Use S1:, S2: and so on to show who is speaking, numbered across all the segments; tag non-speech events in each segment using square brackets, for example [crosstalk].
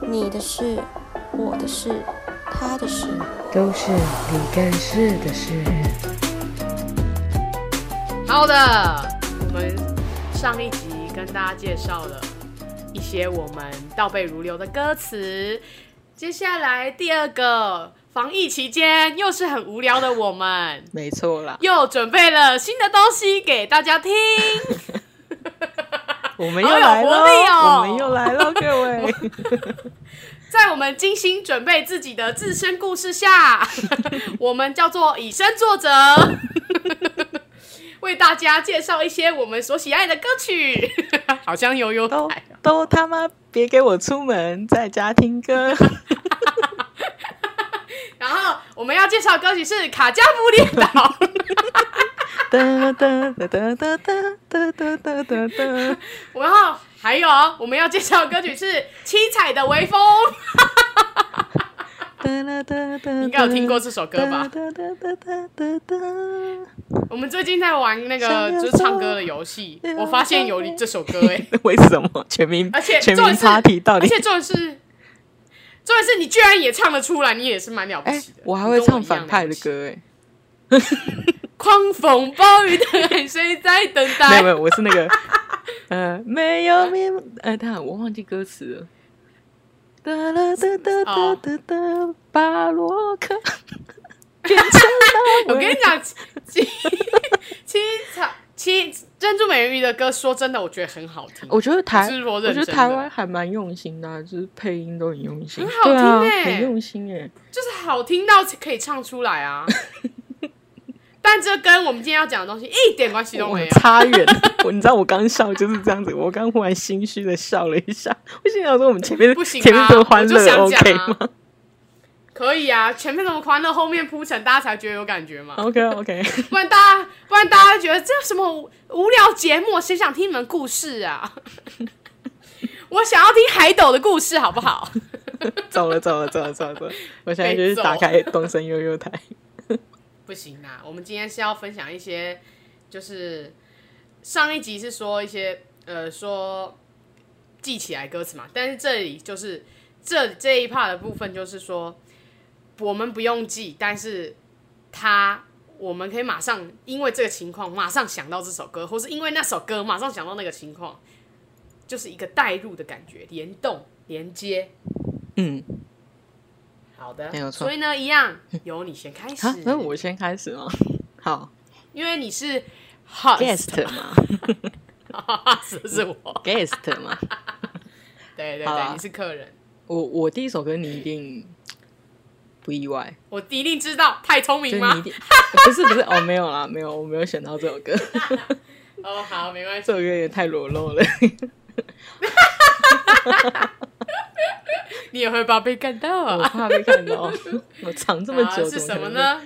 S1: 你的事、我的事、他的事，
S2: 都是你干事的事。
S3: 好的，我们上一集跟大家介绍了一些我们倒背如流的歌词，接下来第二个，防疫期间又是很无聊的我们，
S2: 没错啦，
S3: 又准备了新的东西给大家听。
S2: 我们
S3: 好
S2: 又
S3: 有
S2: 来
S3: 活
S2: 了，
S3: 力哦
S2: 我们又来了，各位。
S3: 在我们精心准备自己的自身故事下，我们叫做以身作则，为大家介绍一些我们所喜爱的歌曲， [laughs] 好像悠悠
S2: 都
S3: 台。
S2: 都他妈别给我出门，在家听歌。
S3: 然后我们要介绍的歌曲是《卡加布列
S2: [laughs]
S3: 岛》，
S2: 哒哒哒哒哒哒哒哒哒哒哒。
S3: 然后还有我们要介绍的歌曲是《七彩的微风》，
S2: 哒啦哒哒，
S3: 应该有听过这首歌吧？
S2: 哒哒哒哒哒哒。
S3: 我们最近在玩那个就是唱歌的游戏，我发现有这首歌哎、
S2: 为什么全民
S3: 而且
S2: 全
S3: 重
S2: 民
S3: 点是
S2: party 到底
S3: 而？且重点是，重点是你居然也唱得出来，你也是蛮了不
S2: 哎
S3: 起的。，
S2: 我还
S3: 你
S2: 会
S3: 跟
S2: 唱
S3: 一样
S2: 反派的
S3: 了不起。
S2: 歌哎。
S3: 狂风暴雨的海，谁在等
S2: 没有没
S3: 待？
S2: 有，我是那
S3: [laughs]
S2: 个呃，没有面呃，等下我忘记歌词了。哒啦哒哒哒哒哒，巴洛
S3: [laughs]
S2: 克变成了
S3: 我跟你讲， [laughs] 七七彩七珍珠美人鱼的歌，说真的，我觉得很好听，
S2: 我觉得台，
S3: 我是说
S2: 我
S3: 认
S2: 觉得
S3: 真
S2: 台
S3: 的
S2: 湾还蛮用心的啊、就是配音都很用心，
S3: 很好
S2: 对啊，
S3: 听欸
S2: 很用心哎、
S3: 就是好听到可以唱出来
S2: [laughs]
S3: 啊。但这跟我们今天要讲的东西一点关系都
S2: 我
S3: 没有。
S2: 差远了， [laughs] 我你知道我刚笑就是这样子，我刚忽然心虚的笑了一下，我心想说我们前面
S3: 不行啊
S2: 前面这么欢
S3: 我就
S2: 乐
S3: 想讲啊
S2: OK 吗
S3: 可以啊，前面那么欢乐，后面铺陈，大家才觉得有感觉嘛。
S2: [laughs] ？OK
S3: [laughs]
S2: OK，
S3: 不然大家，不然大家觉得这什么无无聊节目，谁想听你们故事啊？ [laughs] 我想要听海斗的故事，好不好？
S2: [laughs] 走了走了走了走了走了，我现在
S3: 被
S2: 就是
S3: 揍
S2: 打开东森悠悠台。
S3: 不行啊，我们今天是要分享一些，就是上一集是说一些呃说记起来歌词嘛，但是这里就是这这一 part 的部分就是说，我们不用记，但是他我们可以马上因为这个情况马上想到这首歌，或是因为那首歌马上想到那个情况，就是一个代入的感觉，联动连接。
S2: 嗯，
S3: 好的，
S2: 没有错
S3: 所以呢，一样由你先开始
S2: 好，，啊那我先开始吗？好
S3: 因为你是 host
S2: ，guest
S3: [laughs]
S2: 嘛
S3: 是不是我？
S2: ，guest 嘛，
S3: 对对
S2: 好
S3: 对，
S2: 啊
S3: 你是客人，
S2: 我我第一首歌你一定不意外，
S3: 我一定知道，太聪
S2: 就是
S3: 明
S2: 你一
S3: 吗？ [laughs]
S2: 定不是不是哦，没有啦，没有，我没有选到这首歌，
S3: 哦，好，没关系
S2: 这。首歌也太裸露了。
S3: 你也会怕被干到
S2: 我
S3: 啊？
S2: 怕被看
S3: [laughs]
S2: 到，我藏这么
S3: 啊
S2: 久、
S3: 是
S2: 怎
S3: 什么
S2: 可能？
S3: 呢？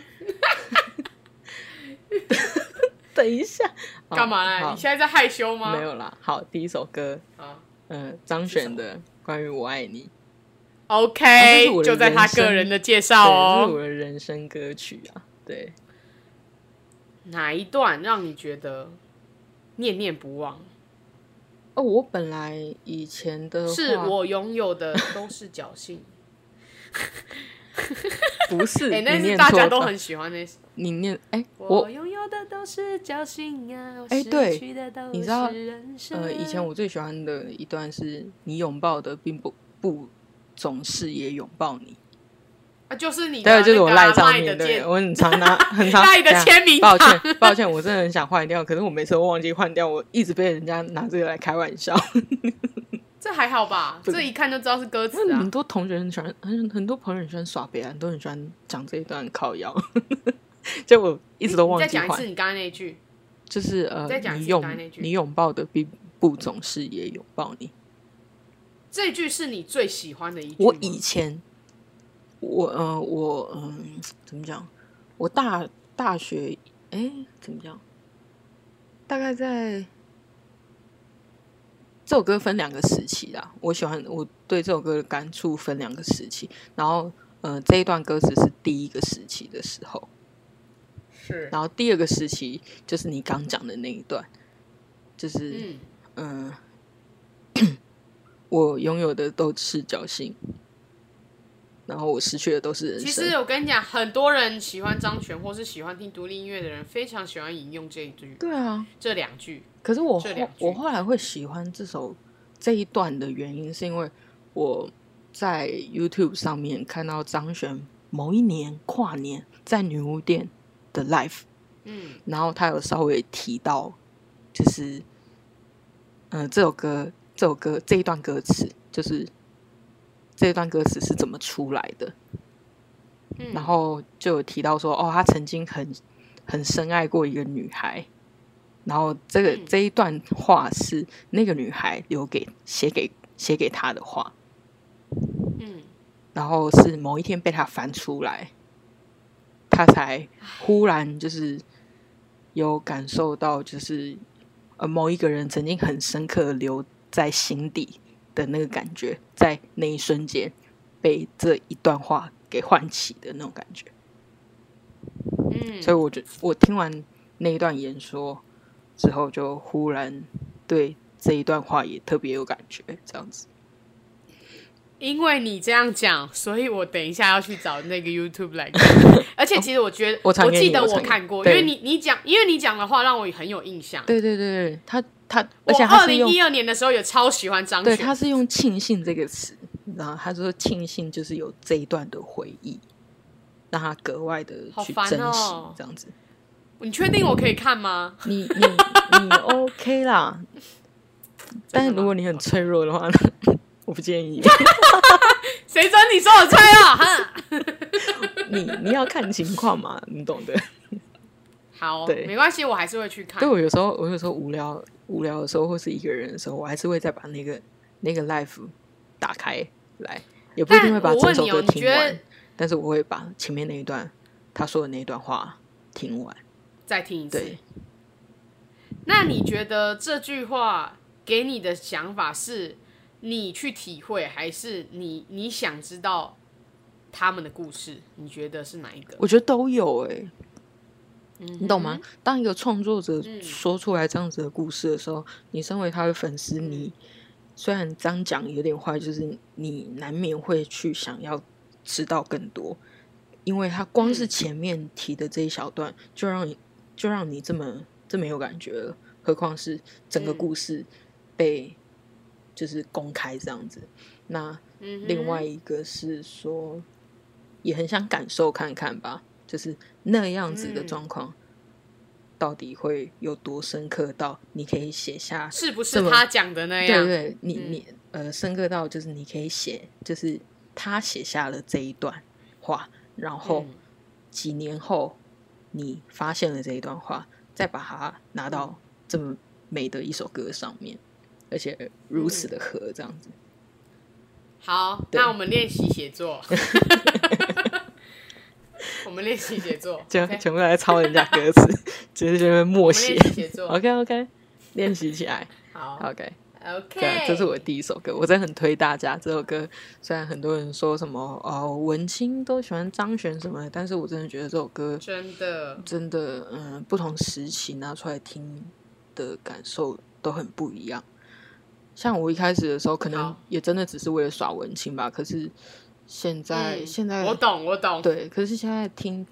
S2: 等一下，好
S3: 干嘛啦？
S2: 好
S3: 你啊现在在害羞吗？
S2: 没有啦。好，第一首歌，
S3: 好。
S2: 嗯、张悬的《关于我爱你》啊这是
S3: OK，
S2: 我的
S3: 就在他个人的介绍
S2: 对，这是我
S3: 哦。
S2: 的人生歌曲啊。对，
S3: 哪一段让你觉得念念不忘？
S2: 哦，我本来以前的话
S3: 是我拥有的都是侥幸。
S2: 不 [laughs] 是？你
S3: 哎，那是
S2: 念
S3: 大家
S2: 错
S3: 都
S2: 吧
S3: 很喜欢那首。
S2: 你念哎、
S3: 我
S2: 我
S3: 拥有的都是侥幸啊！
S2: 哎对你
S3: 你
S2: 知道
S3: 人生
S2: 呃，以前我最喜欢的一段是你拥抱的并不不总是也拥抱你。
S3: 啊，就是你的
S2: 对，就是我
S3: 那个啊
S2: 赖上
S3: 卖
S2: 面，
S3: 的
S2: 对
S3: 店
S2: 我很常拿，
S3: [laughs]
S2: 很常
S3: 赖的
S2: 等一下
S3: 签名
S2: 抱
S3: 档
S2: 歉，抱歉，我真的很想换掉，可是我每次都忘记换掉，我一直被人家拿这个来开玩笑。
S3: 这还好吧？
S2: 不是
S3: 这一看就知道是歌词
S2: 那
S3: 啊
S2: 很。多同学很喜欢，很很多朋友很喜欢耍别人，很多人喜欢讲这一段靠腰， [laughs] 就我一直都
S3: 你
S2: 忘
S3: 再
S2: 记
S3: 讲一次
S2: 换。
S3: 你刚刚那一句，
S2: 就是呃
S3: 你再，讲一
S2: 你
S3: 次
S2: 拥
S3: 刚才那句
S2: 你拥抱的并不总是也拥抱你。
S3: 这一句是你最喜欢的一句吗。
S2: 我以前，我呃，我嗯、怎么讲？我大大学，哎、怎么讲？大概在这首歌分两个时期啦。我喜欢，我对这首歌的感触分两个时期。然后，呃，这一段歌词是第一个时期的时候，
S3: 是
S2: 然后第二个时期就是你嗯刚讲的那一段，就是
S3: 嗯，
S2: 嗯， [coughs] 我拥有的都是侥幸，然后我失去的都是人
S3: 其
S2: 生。
S3: 实我跟你讲，很多人喜欢张悬或是喜欢听独立音乐的人，非常喜欢引用这一句、
S2: 对啊，
S3: 这两句。
S2: 可是我后
S3: 这两句
S2: 我后来会喜欢这首这一段的原因，是因为我在 YouTube 上面看到张悬某一年跨年在女巫店的 live，
S3: 嗯，
S2: 然后他有稍微提到，就是，呃，这首歌这首歌这一段歌词，就是这一段歌词是怎么出来的，
S3: 嗯
S2: 然后就有提到说，哦，他曾经很很深爱过一个女孩，然后这个、
S3: 嗯
S2: 这一段话是那个女孩留给写给写给他的话，
S3: 嗯，
S2: 然后是某一天被他翻出来，他才忽然就是有感受到，就是呃某一个人曾经很深刻地留在心底的那个感觉，在那一瞬间被这一段话给唤起的那种感觉。
S3: 嗯，
S2: 所以我就我听完那一段演说之后，就忽然对这一段话也特别有感觉，这样子。
S3: 因为你这样讲，所以我等一下要去找那个 YouTube
S2: [laughs]
S3: 来看。而且其实我觉得，
S2: 我传给你
S3: 记得
S2: 我传给你
S3: 看过，因
S2: 对
S3: 为你你讲，因为你讲的话让我很有印象。
S2: 对对对对，他他，而
S3: 我
S2: 且他
S3: 二
S2: 是用
S3: 零一二年的时候也超喜欢张
S2: 对，
S3: 悬，
S2: 他是用“庆幸”这个词，然后他说庆幸就是有这一段的回忆，让他格外的
S3: 好
S2: 去
S3: 烦
S2: 珍惜
S3: 哦
S2: 这样子。
S3: 你确定我可以看吗？
S2: 你你你 OK
S3: [laughs]
S2: 啦，但是如果你很脆弱的话呢， [laughs] 我不建议 [laughs]
S3: 谁准你说我吹啊？哈，
S2: 你你要看情况嘛，你懂的。
S3: 好，
S2: 对
S3: 没关系，我还是会去看
S2: 对。我有时候我有时候无聊无聊的时候，或是一个人的时候，我还是会再把那个那个 life 打开来，也不一定
S3: 但
S2: 会把
S3: 我
S2: 整
S3: 问
S2: 首
S3: 你
S2: 歌
S3: 哦你
S2: 听
S3: 觉得
S2: 完，但是我会把前面那一段他说的那一段话听完。
S3: 再听一次
S2: 对。，
S3: 那你觉得这句话给你的想法是你去体会，还是你你想知道他们的故事？你觉得是哪一个？
S2: 我觉得都有哎、
S3: 嗯
S2: 你懂吗？？当一个创作者说出来这样子的故事的时候，你身为他的粉丝，你虽然这样讲有点坏，就是你难免会去想要知道更多，因为他光
S3: 嗯
S2: 是前面提的这一小段，就让你就让你这么这么有感觉了，何况是整个
S3: 嗯
S2: 故事被就是公开这样子，那
S3: 嗯哼
S2: 另外一个是说，也很想感受看看吧，就是那样子的
S3: 嗯
S2: 状况，到底会有多深刻到你可以写下？
S3: 是不是
S2: 这么
S3: 他讲的那
S2: 对
S3: 样？
S2: 对，你
S3: 嗯
S2: 你呃，深刻到就是你可以写，就是他写下了这一段话，然后
S3: 嗯
S2: 几年后你发现了这一段话，再把它拿到
S3: 嗯
S2: 这么美的一首歌上面，而且如
S3: 嗯
S2: 此的合这样子。
S3: 好，
S2: 对
S3: 那我们练习
S2: [laughs]
S3: 写作。我们练习写作，
S2: [laughs] 就
S3: OK？
S2: 全部来抄人家歌词，
S3: [laughs]
S2: 就是这边默
S3: 我们
S2: 写
S3: 练。习写作。
S2: OK OK，练习起来。
S3: 好
S2: OK，这样
S3: ，OK，
S2: 这是我第一首歌，我真的很推大家这首歌。虽然很多人说什么哦文青都喜欢张悬什么的，但是我真的觉得这首歌
S3: 真的，
S2: 真的，嗯，不同时期拿出来听的感受都很不一样。像我一开始的时候，可能
S3: 好
S2: 也真的只是为了耍文青吧。可是现在，
S3: 嗯
S2: 现在
S3: 我懂，我懂。
S2: 对，可是现在听，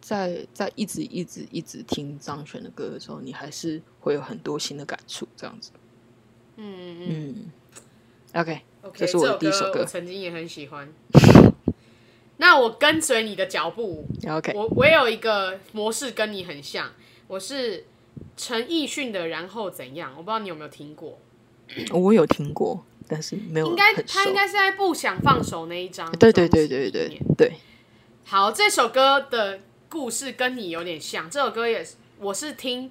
S2: 在在一直一直一直听张悬的歌的时候，你还是会有很多新的感触，这样子。
S3: 嗯嗯嗯
S2: 嗯，OK，
S3: ，OK，
S2: 这是我
S3: 我
S2: 的第一首歌
S3: 我曾经也很喜欢。 [laughs] 那我跟随你的脚步，
S2: OK，
S3: 我我有一个模式跟你很像，我是陈奕迅的《然后怎样》，我不知道你有没有听过，
S2: 我有听过，但是没有
S3: 应该
S2: 哦很
S3: 他
S2: 熟
S3: 应该是在《不想放手》那一张专辑
S2: 对
S3: 里面。
S2: 对对对对对，
S3: 好，这首歌的故事跟你有点像。这首歌也是，我是听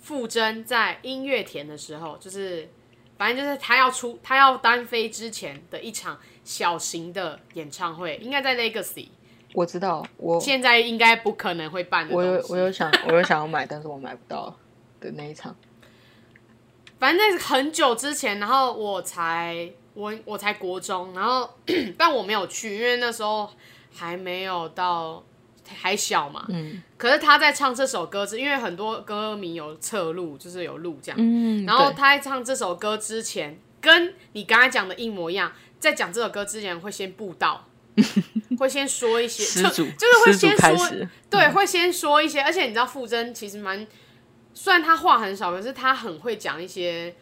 S3: 傅征在音乐田的时候，就是反正就是他要出他要单飞之前的一场小型的演唱会，应该在 Legacy，
S2: 我知道，我
S3: 现在应该不可能会办的
S2: 我有
S3: 东西
S2: 我有想我有想要买，但是我买不到的那一场。
S3: 反正那是很久之前，然后我才我我才国中，然后 [clears throat] 但我没有去，因为那时候还没有到还小嘛。
S2: 嗯
S3: 可是他在唱这首歌之，因为很多歌迷有侧录，就是有录这样。
S2: 嗯
S3: 然后他在唱这首歌之前，跟你刚才讲的一模一样。在讲这首歌之前，会先布道，
S2: [laughs]
S3: 会先说一些，
S2: 始
S3: 就
S2: 祖
S3: 就是会
S2: 始祖
S3: 先
S2: 开
S3: 说
S2: 始，
S3: 对，会先说一些，而且你知道傅征其实蛮，虽然他话很少，可是他很会讲一些，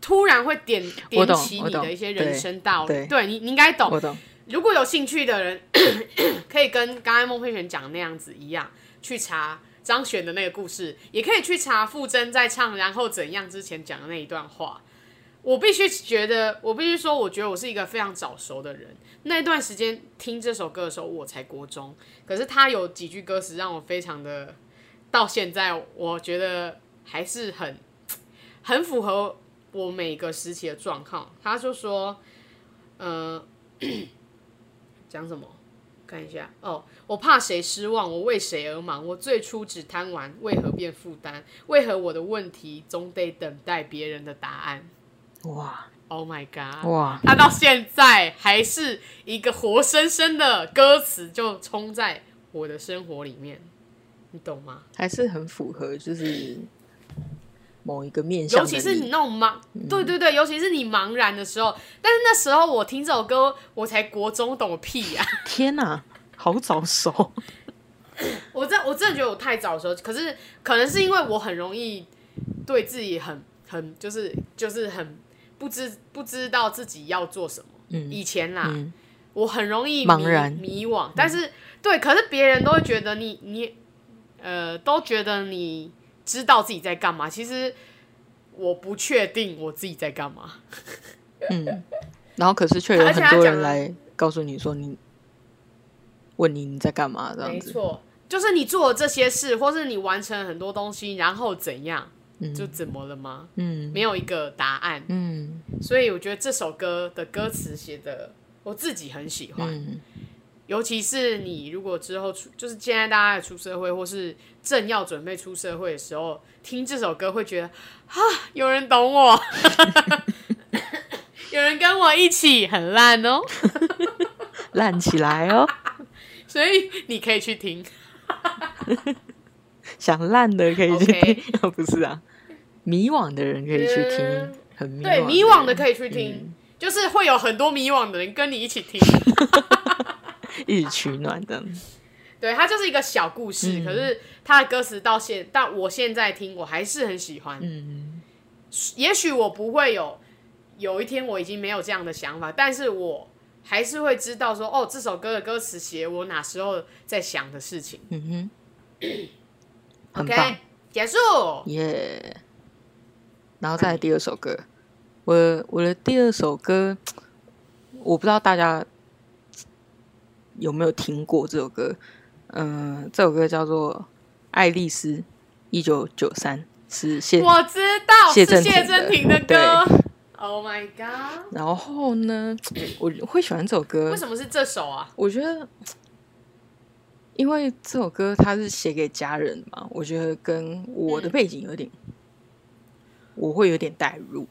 S3: 突然会点
S2: 我
S3: 点
S2: 懂
S3: 起
S2: 我
S3: 你
S2: 懂
S3: 的一些人
S2: 对
S3: 生道理，
S2: 对
S3: 对你你应该懂
S2: 我。懂，
S3: 如果有兴趣的人， [coughs] 可以跟刚才孟佩璇讲那样子一样，去查张悬的那个故事，也可以去查傅征在唱《然后怎样》之前讲的那一段话。我必须觉得，我必须说，我觉得我是一个非常早熟的人。那段时间听这首歌的时候，我才国中，可是他有几句歌词让我非常的，到现在我觉得还是很很符合我每个时期的状况。他就说，呃，讲什么？看一下哦，我怕谁失望，我为谁而忙？我最初只贪玩，为何变负担？为何我的问题总得等待别人的答案
S2: 哇
S3: ？Oh my god！
S2: 哇，
S3: 他到现在还是一个活生生的歌词，就冲在我的生活里面，你懂吗？
S2: 还是很符合就是某一个面向
S3: 尤
S2: 的你，
S3: 其是你那种茫，对对对，尤其是你茫然的时候。但是那时候我听这首歌，我才国中，懂个屁呀、
S2: 天哪、好早熟，
S3: 我真我真的觉得我太早熟，可是可能是因为我很容易对自己很很就是就是很不知不知道自己要做什么。
S2: 嗯
S3: 以前啦，
S2: 嗯，
S3: 我很容易迷
S2: 茫然嗯
S3: 迷惘，但是对，可是别人都会觉得你你呃都觉得你知道自己在干嘛，其实我不确定我自己在干嘛。
S2: [laughs] 然后可是却有
S3: 而且
S2: 很
S3: 他
S2: 多
S3: 讲
S2: 人
S3: 了
S2: 来告诉你说你，问你你在干嘛这样
S3: 没
S2: 子，
S3: 错，就是你做了这些事，或是你完成了很多东西，然后怎样，就怎么了吗？
S2: 嗯
S3: 没有一个答案。
S2: 嗯
S3: 所以我觉得这首歌的歌词写的我自己很喜欢，
S2: 嗯
S3: 尤其是你如果之后出，就是现在大家出社会，或是正要准备出社会的时候，听这首歌会觉得啊，有人懂我， [laughs] 有人跟我一起，很烂哦。
S2: 烂起来哦，
S3: 所以你可以去听，
S2: 想烂的可以去
S3: OK
S2: 听， [laughs] 不是啊，迷惘的人可以去
S3: 嗯
S2: 听，很迷
S3: 对，
S2: 惘
S3: 迷惘的可以去听，
S2: 嗯
S3: 就是会有很多迷惘的人跟你一起听。
S2: 一起取暖这样子，
S3: 对，它就是一个小故事，
S2: 嗯
S3: 可是它的歌词到现，但我现在听我还是很喜欢。
S2: 嗯
S3: 也许我不会有，有一天我已经没有这样的想法，但是我还是会知道说，哦，这首歌的歌词写我哪时候在想的事情。 [coughs]
S2: 嗯哼，很
S3: OK，
S2: 棒。
S3: 结束。
S2: 耶、然后再来第二首歌，我我的第二首歌，我不知道大家有没有听过这首歌。嗯、这首歌叫做《爱丽丝一九九三》，是谢。
S3: 我知道
S2: 谢
S3: 是
S2: 震廷
S3: 谢
S2: 的
S3: 真廷的歌。Oh my god！
S2: 然后呢，我会喜欢这首歌
S3: 为，什么是这首啊？
S2: 我觉得，因为这首歌它是写给家人的嘛，我觉得跟我的背景有点，我会有点代入，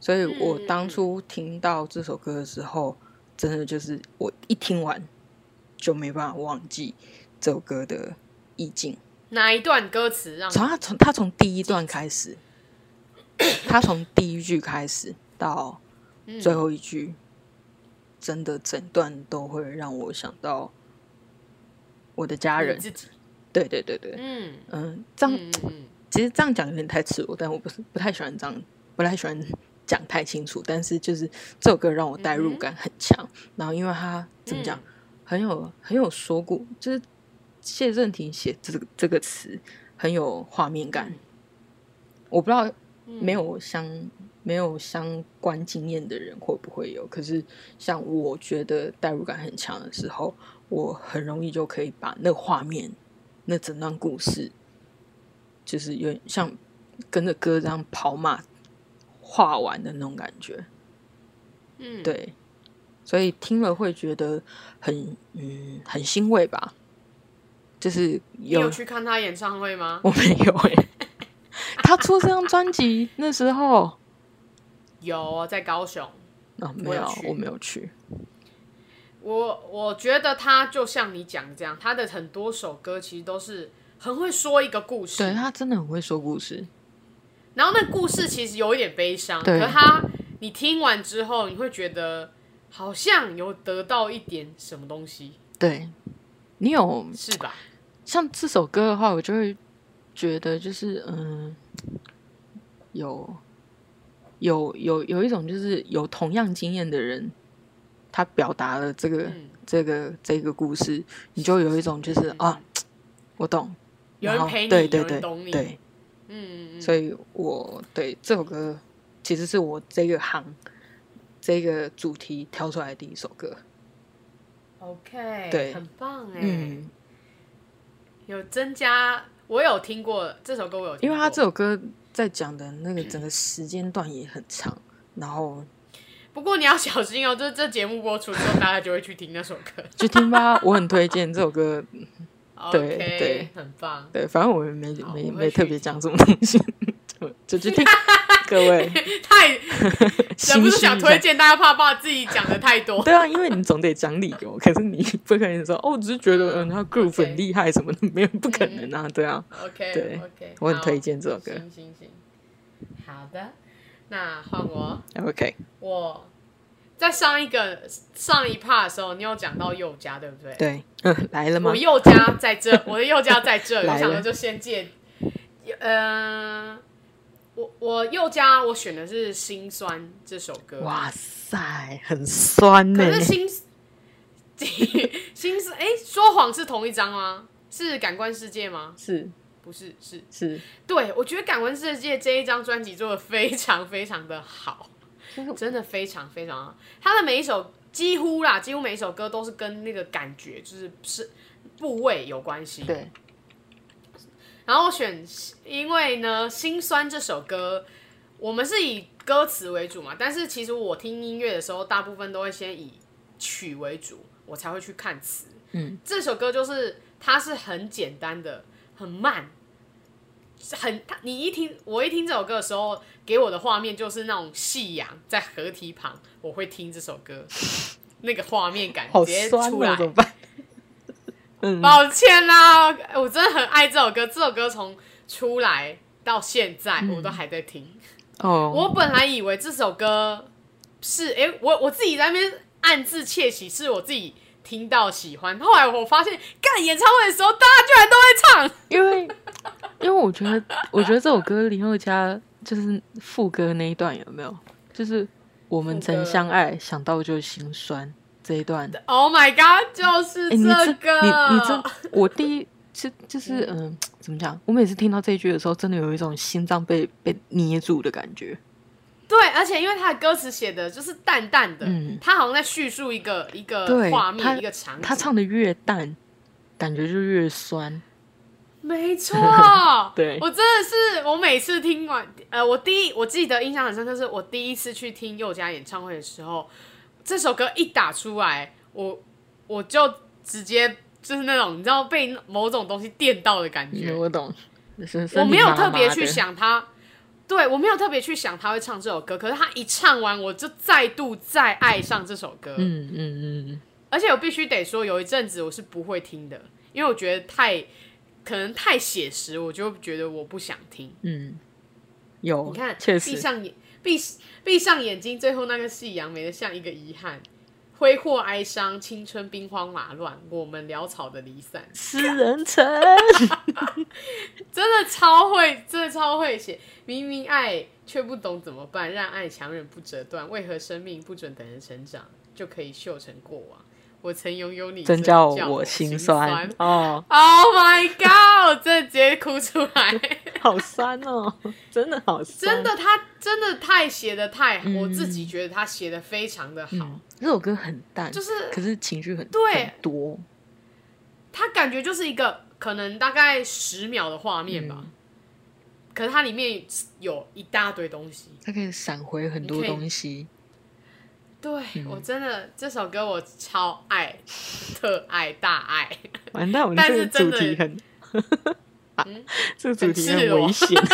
S2: 所以我当初听到这首歌的时候，真的就是我一听完就没办法忘记这首歌的意境。
S3: 哪一段歌词让
S2: 从他从他从第一段开始，他从第一句开始到
S3: 嗯
S2: 最后一句，真的整段都会让我想到我的家
S3: 你
S2: 人。
S3: 自己？
S2: 对对对对，
S3: 嗯
S2: 嗯，这样
S3: 嗯嗯
S2: 其实这样讲有点太赤裸，但我不是不太喜欢这样，不太喜欢讲太清楚。但是就是这首歌让我代
S3: 嗯
S2: 入感很强，然后因为他怎么讲，很有很有说故，就是谢振廷写这个这个词很有画面感。
S3: 嗯
S2: 我不知道没有相没有相关经验的人会不会有，可是像我觉得代入感很强的时候，我很容易就可以把那个画面、那整段故事，就是有点像跟着歌这样跑马画完的那种感觉。
S3: 嗯，
S2: 对，所以听了会觉得很嗯很欣慰吧，就是
S3: 你有去看他演唱会吗？
S2: 我没有哎、 [laughs] 他出这张专辑那时候，
S3: 有，哦在高雄。
S2: 啊、
S3: 我
S2: 没
S3: 有
S2: 有
S3: 去，
S2: 我没有去。
S3: 我我觉得他就像你讲这样，他的很多首歌其实都是很会说一个故事，
S2: 对他真的很会说故事，
S3: 然后那故事其实有一点悲伤，
S2: 对
S3: 可他你听完之后，你会觉得好像有得到一点什么东西，
S2: 对你有
S3: 是吧？
S2: 像这首歌的话，我就会觉得就是嗯，有有有有一种就是有同样经验的人，他表达了这个、
S3: 嗯
S2: 这个这个故事，你就有一种就是啊，我懂，
S3: 有
S2: 然
S3: 人
S2: 后
S3: 陪你，
S2: 对对
S3: 有人
S2: 对
S3: 懂你，
S2: 对，
S3: 嗯嗯嗯，
S2: 所以我对这首歌其实是我这个行这个主题挑出来的第一首歌。
S3: OK，
S2: 对
S3: 很棒哎、
S2: 嗯，
S3: 有增加。我有听过这首歌，我有听过，
S2: 因为他这首歌在讲的那
S3: 嗯
S2: 个整个时间段也很长，然后
S3: 不过你要小心哦，这这节目播出之后，大家就会去听那首歌。
S2: 就听吧，我很推荐这首歌。 [laughs] 对
S3: OK，
S2: 对
S3: 很棒。 [laughs]
S2: 对，反正我们没
S3: 好
S2: 没
S3: 哦我会
S2: 没
S3: 去
S2: 特别讲什么东西，就就去听。各
S3: [laughs]
S2: 位，
S3: 太忍
S2: 心
S3: 不
S2: 虚
S3: 住想
S2: 一
S3: 推
S2: 下
S3: 荐，大家怕怕自己讲的太多。
S2: 对啊，因为你总得讲理由，可是你不可能说哦，我只是觉得嗯，他 groove 很厉害什么的，没有不可能
S3: 嗯
S2: 啊，对啊，
S3: OK，
S2: 对
S3: o k
S2: 我很推荐这首歌
S3: 行行行，好的，那换我。
S2: ，OK，
S3: 我在上一个上一趴的时候，你有讲到佑家，对不对？
S2: 对，嗯，来了吗
S3: 我？佑家在
S2: [laughs]
S3: 这，我的佑家在这，
S2: 来
S3: 我
S2: 了
S3: 想说就先借，呃，我我佑家我选的是《心酸》这首歌，
S2: 哇塞，很酸呢、
S3: 可是心心是哎、说谎是同一张吗？是感官世界吗？
S2: 是
S3: 不是，是
S2: 是，
S3: 对，我觉得《感官世界》这一张专辑做的非常非常的好
S2: 就是，
S3: 真的非常非常好。他的每一首几乎啦，几乎每一首歌都是跟那个感觉，就是是部位有关系。
S2: 对，
S3: 然后我选，因为呢，《心酸》这首歌，我们是以歌词为主嘛，但是其实我听音乐的时候，大部分都会先以曲为主，我才会去看词。
S2: 嗯，
S3: 这首歌就是它是很简单的，很慢，很它你一听我一听这首歌的时候，给我的画面就是那种夕阳在河堤旁，我会听这首歌，那个画面感
S2: 好
S3: 直接
S2: 酸
S3: 出来
S2: 哦，。怎么办？
S3: [laughs]
S2: 嗯，
S3: 抱歉啦，我真的很爱这首歌。这首歌从出来到现在，
S2: 嗯
S3: 我都还在听。
S2: 哦，
S3: 我本来以为这首歌是，诶，我我自己在那边暗自窃喜，是我自己听到喜欢。后来我发现，干演唱会的时候，大家居然都会唱。
S2: 因为因为我觉得，我觉得这首歌林宥嘉就是副歌那一段有没有？就是我们
S3: 副歌
S2: 曾相爱，想到就心酸这一段。
S3: Oh my god，就是
S2: 哎、你这
S3: 这个，
S2: 你你这，我第一就就是嗯、怎么讲？我每次听到这一句的时候，真的有一种心脏被被捏住的感觉。
S3: 对，而且因为他的歌词写的就是淡淡的，
S2: 嗯
S3: 他好像在叙述一个一个
S2: 对他
S3: 画面，一个场景。
S2: 他唱的越淡，感觉就越酸。，
S3: 没错
S2: 对
S3: 我真的是，我每次听完，呃，我第一我记得印象很深刻，是我第一次去听佑嘉演唱会的时候，这首歌一打出来，我我就直接就是那种你知道被某种东西电到的感觉，
S2: 嗯，我懂。就是
S3: 我
S2: 森林
S3: 没有
S2: 妈
S3: 特别
S2: 妈
S3: 去
S2: 的
S3: 想他，对我没有特别去想他会唱这首歌，可是他一唱完，我就再度再爱上这首歌，
S2: 嗯嗯嗯，
S3: 而且我必须得说，有一阵子我是不会听的，因为我觉得太可能太写实，我就觉得我不想听。
S2: 嗯，有，
S3: 你看，
S2: 确
S3: 闭
S2: 实，
S3: 上眼，闭闭上眼睛，最后那个夕阳美得像一个遗憾，挥霍哀伤，青春兵荒马乱，我们潦草的离散，
S2: 诗人城，
S3: [laughs] 真的超会，真的超会写。明明爱，却不懂怎么办，让爱强忍不折断，为何生命不准等人成长，就可以绣成过往？我曾拥有你，
S2: 真
S3: 这
S2: 叫
S3: 我
S2: 我心酸
S3: 酸
S2: 哦，
S3: Oh my god！我真的直接哭出来，
S2: [laughs] 好酸哦， [laughs] 真的好酸，
S3: 真的，他真的太写的太好，
S2: 嗯
S3: 我自己觉得他写的非常的好，
S2: 嗯，这首歌很淡，
S3: 就是
S2: 可是情绪很
S3: 对
S2: 很多，
S3: 他感觉就是一个可能大概十秒的画面吧，
S2: 嗯
S3: 可是它里面有一大堆东西。
S2: 它可以闪回很
S3: 你
S2: 多
S3: 可以
S2: 东西，
S3: 对、我真的这首歌我超爱，特爱大爱，
S2: 完蛋，我们
S3: 但
S2: 这个
S3: 是
S2: 主
S3: 真的嗯
S2: 题很， [laughs] 啊这个主题
S3: 很赤
S2: 很
S3: 裸啊
S2: 危
S3: [laughs]
S2: 险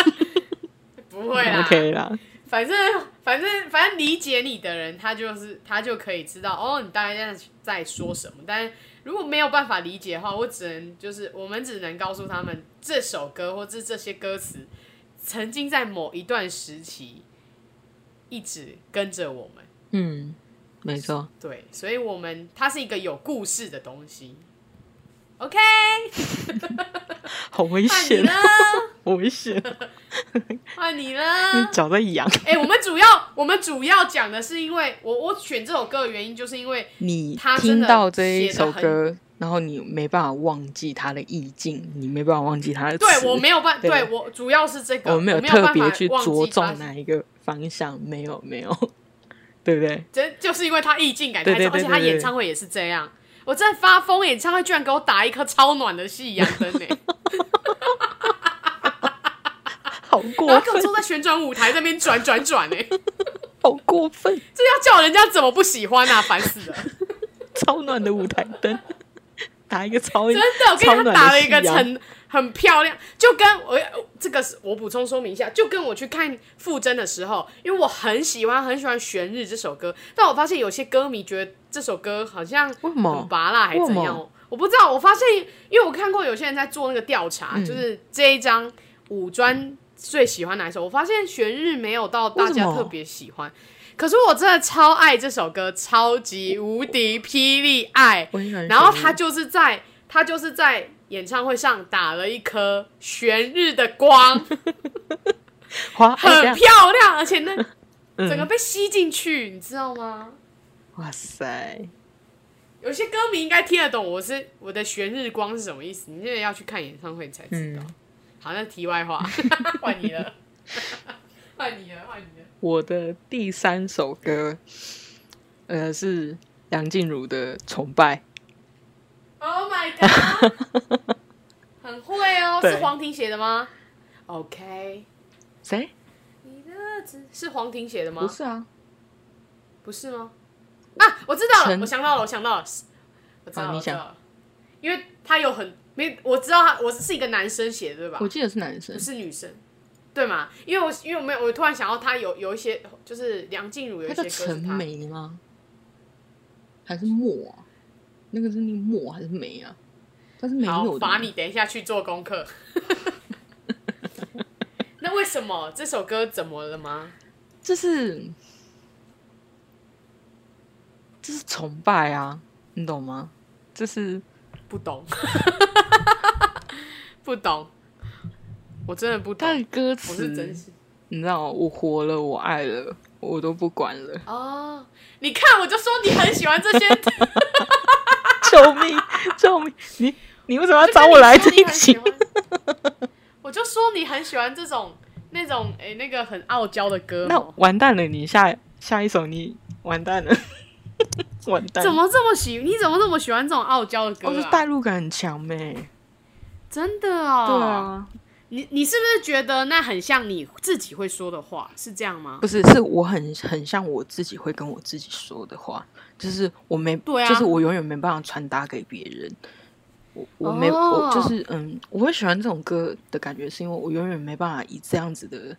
S3: 不会啦。
S2: ，OK 啦，
S3: 反正反正反正理解你的人，他就是他就可以知道哦，你大概在在说什么。但如果没有办法理解的话，我只能就是我们只能告诉他们这首歌或是这些歌词曾经在某一段时期一直跟着我们。
S2: 嗯，没错，
S3: 对，所以我们它是一个有故事的东西。OK，
S2: 好危
S3: 换你
S2: 险，啊
S3: 了，
S2: 好危 [laughs] 险，
S3: 换 [laughs] 你了。
S2: 脚在痒。
S3: 哎、我们主要我们主要讲的是，因为我我选这首歌的原因，就是因为
S2: 你
S3: 他真
S2: 听
S3: 的
S2: 到这一
S3: 写得
S2: 首
S3: 很
S2: 歌，然后你没办法忘记它的意境，你没办法忘记它的词。
S3: 对我没有办，
S2: 对
S3: 对我主要是这个，
S2: 我
S3: 我
S2: 们没有
S3: 办
S2: 特
S3: 法
S2: 别去
S3: 忘记
S2: 着
S3: 它
S2: 重
S3: 是
S2: 哪一个方向，没有没有，对不对？
S3: 这就是因为他意境感
S2: 对
S3: 太
S2: 对
S3: 重，
S2: 对
S3: 而且他
S2: 对对
S3: 演唱会也是这样。我真的发疯，演唱会居然给我打一颗超暖的夕阳灯
S2: [laughs]
S3: 呢、
S2: 好
S3: 然
S2: 过
S3: 后给我
S2: 分，
S3: 坐在旋转舞台那边转转转呢、
S2: 好过分，
S3: 这要叫人家怎么不喜欢啊？烦死了！
S2: 超暖的舞台灯，打一个超
S3: 真的，
S2: 超
S3: 我跟他
S2: 暖
S3: 打了
S2: 的
S3: 一个
S2: 夕阳
S3: 很很漂亮，就跟我这个是我补充说明一下，就跟我去看傅征的时候，因为我很喜欢很喜欢《玄日》这首歌，但我发现有些歌迷觉得这首歌好像
S2: 为什么
S3: 很拔辣还
S2: 为什
S3: 是怎
S2: 么
S3: 样，我不知道。我发现，因为我看过有些人在做那个调查，就是这一张五专最喜欢哪一首，我发现《玄日》没有到大
S2: 为什
S3: 家
S2: 么
S3: 特别喜欢。可是我真的超爱这首歌，超级无敌霹雳爱。
S2: 我很喜欢
S3: 然后
S2: 旋律
S3: 他就是在他就是在演唱会上打了一颗悬日的光，
S2: [laughs] 花哎
S3: 很
S2: 等一下
S3: 漂亮，而且那
S2: 嗯
S3: 整个被吸进去，你知道吗？
S2: 哇塞，
S3: 有些歌迷应该听得懂，我是我的悬日光是什么意思？你真的要去看演唱会才知道。
S2: 嗯
S3: 好，那题外
S2: [laughs]
S3: 话，换你了，换你了，换你了。
S2: 我的第三首歌，呃，是梁静茹的《崇拜》。
S3: Oh my god！很
S2: [laughs]
S3: 会哦，
S2: 对
S3: 是黄婷写的吗？OK，
S2: 谁？
S3: 你的字是黄婷写的吗？
S2: 不是啊，
S3: 不是吗？啊，我知道了，
S2: 陈
S3: 我想到了，我想到了，是我知道
S2: 啊
S3: 了，
S2: 你
S3: 我知道
S2: 想
S3: 了，因为他有很没，我知道他我是一个男生写的对吧
S2: 我？记得是男生
S3: 不。是女生，对吗？因为我因为我没有，我突然想到他有有一些就是梁静茹有
S2: 它
S3: 一些歌
S2: 叫
S3: 是
S2: 陈
S3: 他，
S2: 梅吗？还是墨啊？那个是那个墨还是梅啊？它是没
S3: 好
S2: 有的吗。
S3: 罚你等一下去做功课。 [laughs] 那为什么这首歌怎么了吗？
S2: 就是就是崇拜啊，你懂吗？就是
S3: 不
S2: [laughs]
S3: 懂，不懂，我真的不
S2: 它的
S3: 懂，
S2: 歌
S3: 我
S2: 词
S3: 是，真心。
S2: 你知道，我活了，我爱了，我都不管了， [laughs]
S3: 哦，你看，我就说你很喜欢这些，
S2: 救命！救命！你你为什么要找我来这一集？。
S3: 我就说你很喜欢这种那种哎、那个很傲娇的歌
S2: 那
S3: 哦，
S2: 完蛋了，你下下一首你完蛋了， [laughs] 完蛋了！
S3: 怎么这么喜？你怎么这么喜欢这种傲娇的歌、
S2: 哦？我是
S3: 啊？
S2: 代入感很强呗。
S3: 真的哦，
S2: 对，啊，
S3: 你你是不是觉得那很像你自己会说的话？是这样吗
S2: 不？是，是我很很像我自己会跟我自己说的话，就是我没，
S3: 对啊
S2: 就是我永远没办法传达给别人。我我没、
S3: 哦
S2: 我就是嗯，我会喜欢这种歌的感觉，是因为我永远没办法以这样子的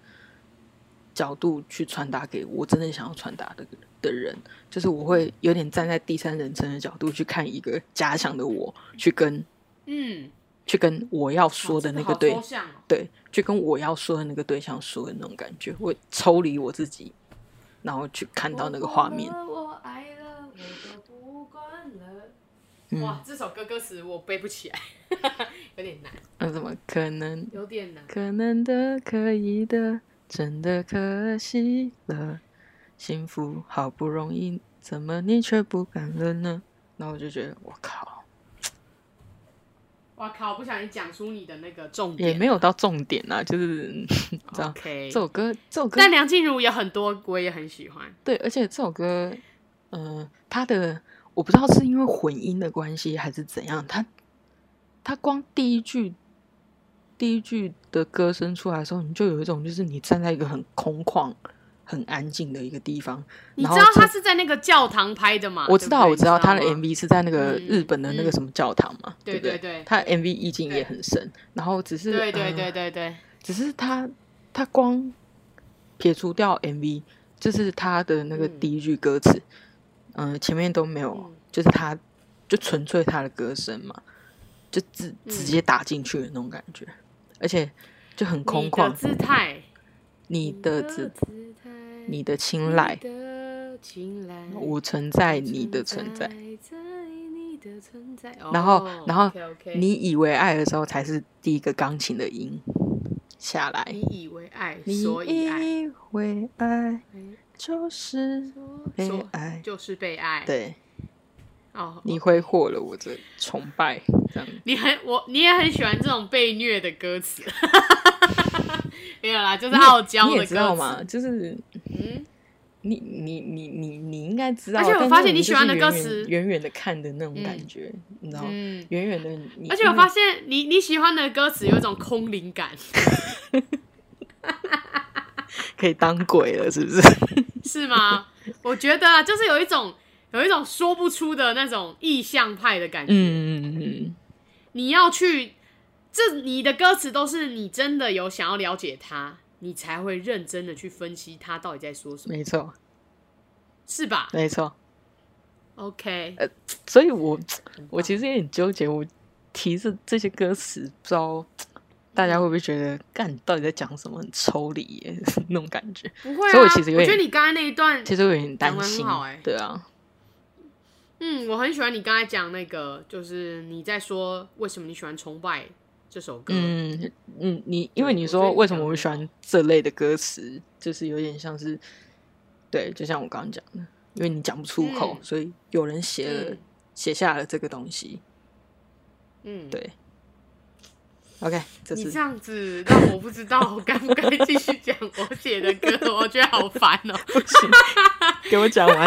S2: 角度去传达给我真的想要传达的的人，就是我会有点站在第三人称的角度去看一个假想的我，去跟
S3: 嗯，
S2: 去跟我要说的那个
S3: 好
S2: 对
S3: 抽象哦
S2: 对，就跟我要说的那个对象说的那种感觉，我抽离我自己，然后去看到那个画面。
S3: 我爱了，我都不管了。
S2: 嗯
S3: 哇，，这首歌歌词我背不起来， [laughs] 有点难，
S2: 那怎么可能？
S3: 有点难。
S2: 可能的，可以的，真的可惜了。幸福好不容易，怎么你却不敢了呢？然后我就觉得，我靠，
S3: 哇靠！不小心讲出你的那个重点，
S2: 也没有到重点啊，就是 [laughs] 嗯这样。
S3: 哦 OK，
S2: 这首歌，这首歌
S3: 但梁静茹有很多我也很喜欢。
S2: 对，而且这首歌，嗯、它的我不知道是因为混音的关系还是怎样，它它光第一句第一句的歌声出来的时候，你就有一种就是你站在一个很空旷、很安静的一个地方，
S3: 你
S2: 然
S3: 知
S2: 后
S3: 道
S2: 这
S3: 他是在那个教堂拍的吗？
S2: 我知道，我
S3: 对不对
S2: 知道他的
S3: 你吗
S2: MV 是在那个
S3: 嗯
S2: 日本的那个
S3: 嗯
S2: 什么教堂嘛，
S3: 对
S2: 不对
S3: 对对
S2: 他的 MV 意境也很深，然后只是
S3: 对对
S2: 呃
S3: 对对对，
S2: 只是他他光撇除掉 MV，就是他的那个
S3: 嗯
S2: 第一句歌词，嗯、前面都没有，
S3: 嗯
S2: 就是他就纯粹他的歌声嘛，就直直
S3: 嗯
S2: 接打进去的那种感觉，而且就很空
S3: 你的
S2: 旷。
S3: 姿态，
S2: 你的姿
S3: 姿态，
S2: 你的青睐，
S3: 的青睐，
S2: 我存在你的存在。
S3: 在你的存在。
S2: 然后
S3: 嗯哦
S2: 然后
S3: OK，OK
S2: 你以为爱的时候，才是第一个钢琴的音下来。
S3: 你以为爱，所以爱，
S2: 你以为爱
S3: 嗯
S2: 就是被
S3: 所
S2: 爱，
S3: 就是被爱。，
S2: 哎对
S3: 哦，
S2: 你挥霍了我的崇拜，这样
S3: 你很我，你也很喜欢这种被虐的歌词。 [laughs] 没有啦，就是傲娇
S2: 你
S3: 的
S2: 也
S3: 歌
S2: 知
S3: 词。
S2: 道嘛？就是
S3: 嗯，
S2: 你你你你你应该知道，
S3: 而且我
S2: 但是
S3: 发现
S2: 你就
S3: 你喜
S2: 是
S3: 欢的歌
S2: 远远
S3: 词
S2: 远远的看的那种感
S3: 嗯
S2: 觉，你知道，
S3: 嗯
S2: 远远的你，
S3: 而且我发现你你喜欢的歌词有一种空灵感， [laughs]
S2: 可以当鬼了，是不是？ [laughs]
S3: 是吗？我觉得啊，就是有一种有一种说不出的那种意象派的感觉。
S2: 嗯嗯嗯
S3: 你要去，这你的歌词都是你真的有想要了解他，你才会认真的去分析他到底在说什么，
S2: 没错
S3: 是吧
S2: 没错。
S3: ？OK，
S2: 呃所以我
S3: 很
S2: 我
S3: 棒
S2: 其实有点纠结，我提这这些歌词，不知道大家会不会觉得，干你到底在讲什么，很抽离耶 [laughs] 那种感觉。
S3: 不会啊，
S2: 所以我其实有点
S3: 觉得你刚才那一段，
S2: 其实我有点
S3: 讲
S2: 担
S3: 得很
S2: 心
S3: 好欸，
S2: 对啊，
S3: 嗯，我很喜欢你刚才讲那个，就是你在说为什么你喜欢《崇拜》这首歌，
S2: 嗯嗯，你因
S3: 对
S2: 为你
S3: 我觉得
S2: 说
S3: 你
S2: 为什
S3: 讲
S2: 么
S3: 得
S2: 我
S3: 很
S2: 喜欢这类的歌词，就是有点像是，对，就像我刚刚讲的，因为你讲不出口，
S3: 嗯
S2: 所以有人写了
S3: 嗯
S2: 写下了这个东西，
S3: 嗯，
S2: 对。OK，这
S3: 你
S2: 是
S3: 这样子让我不知道我该不该继续讲我写的歌，我觉得好烦哦、
S2: 不行， [laughs] 给我讲
S3: [laughs]
S2: 完，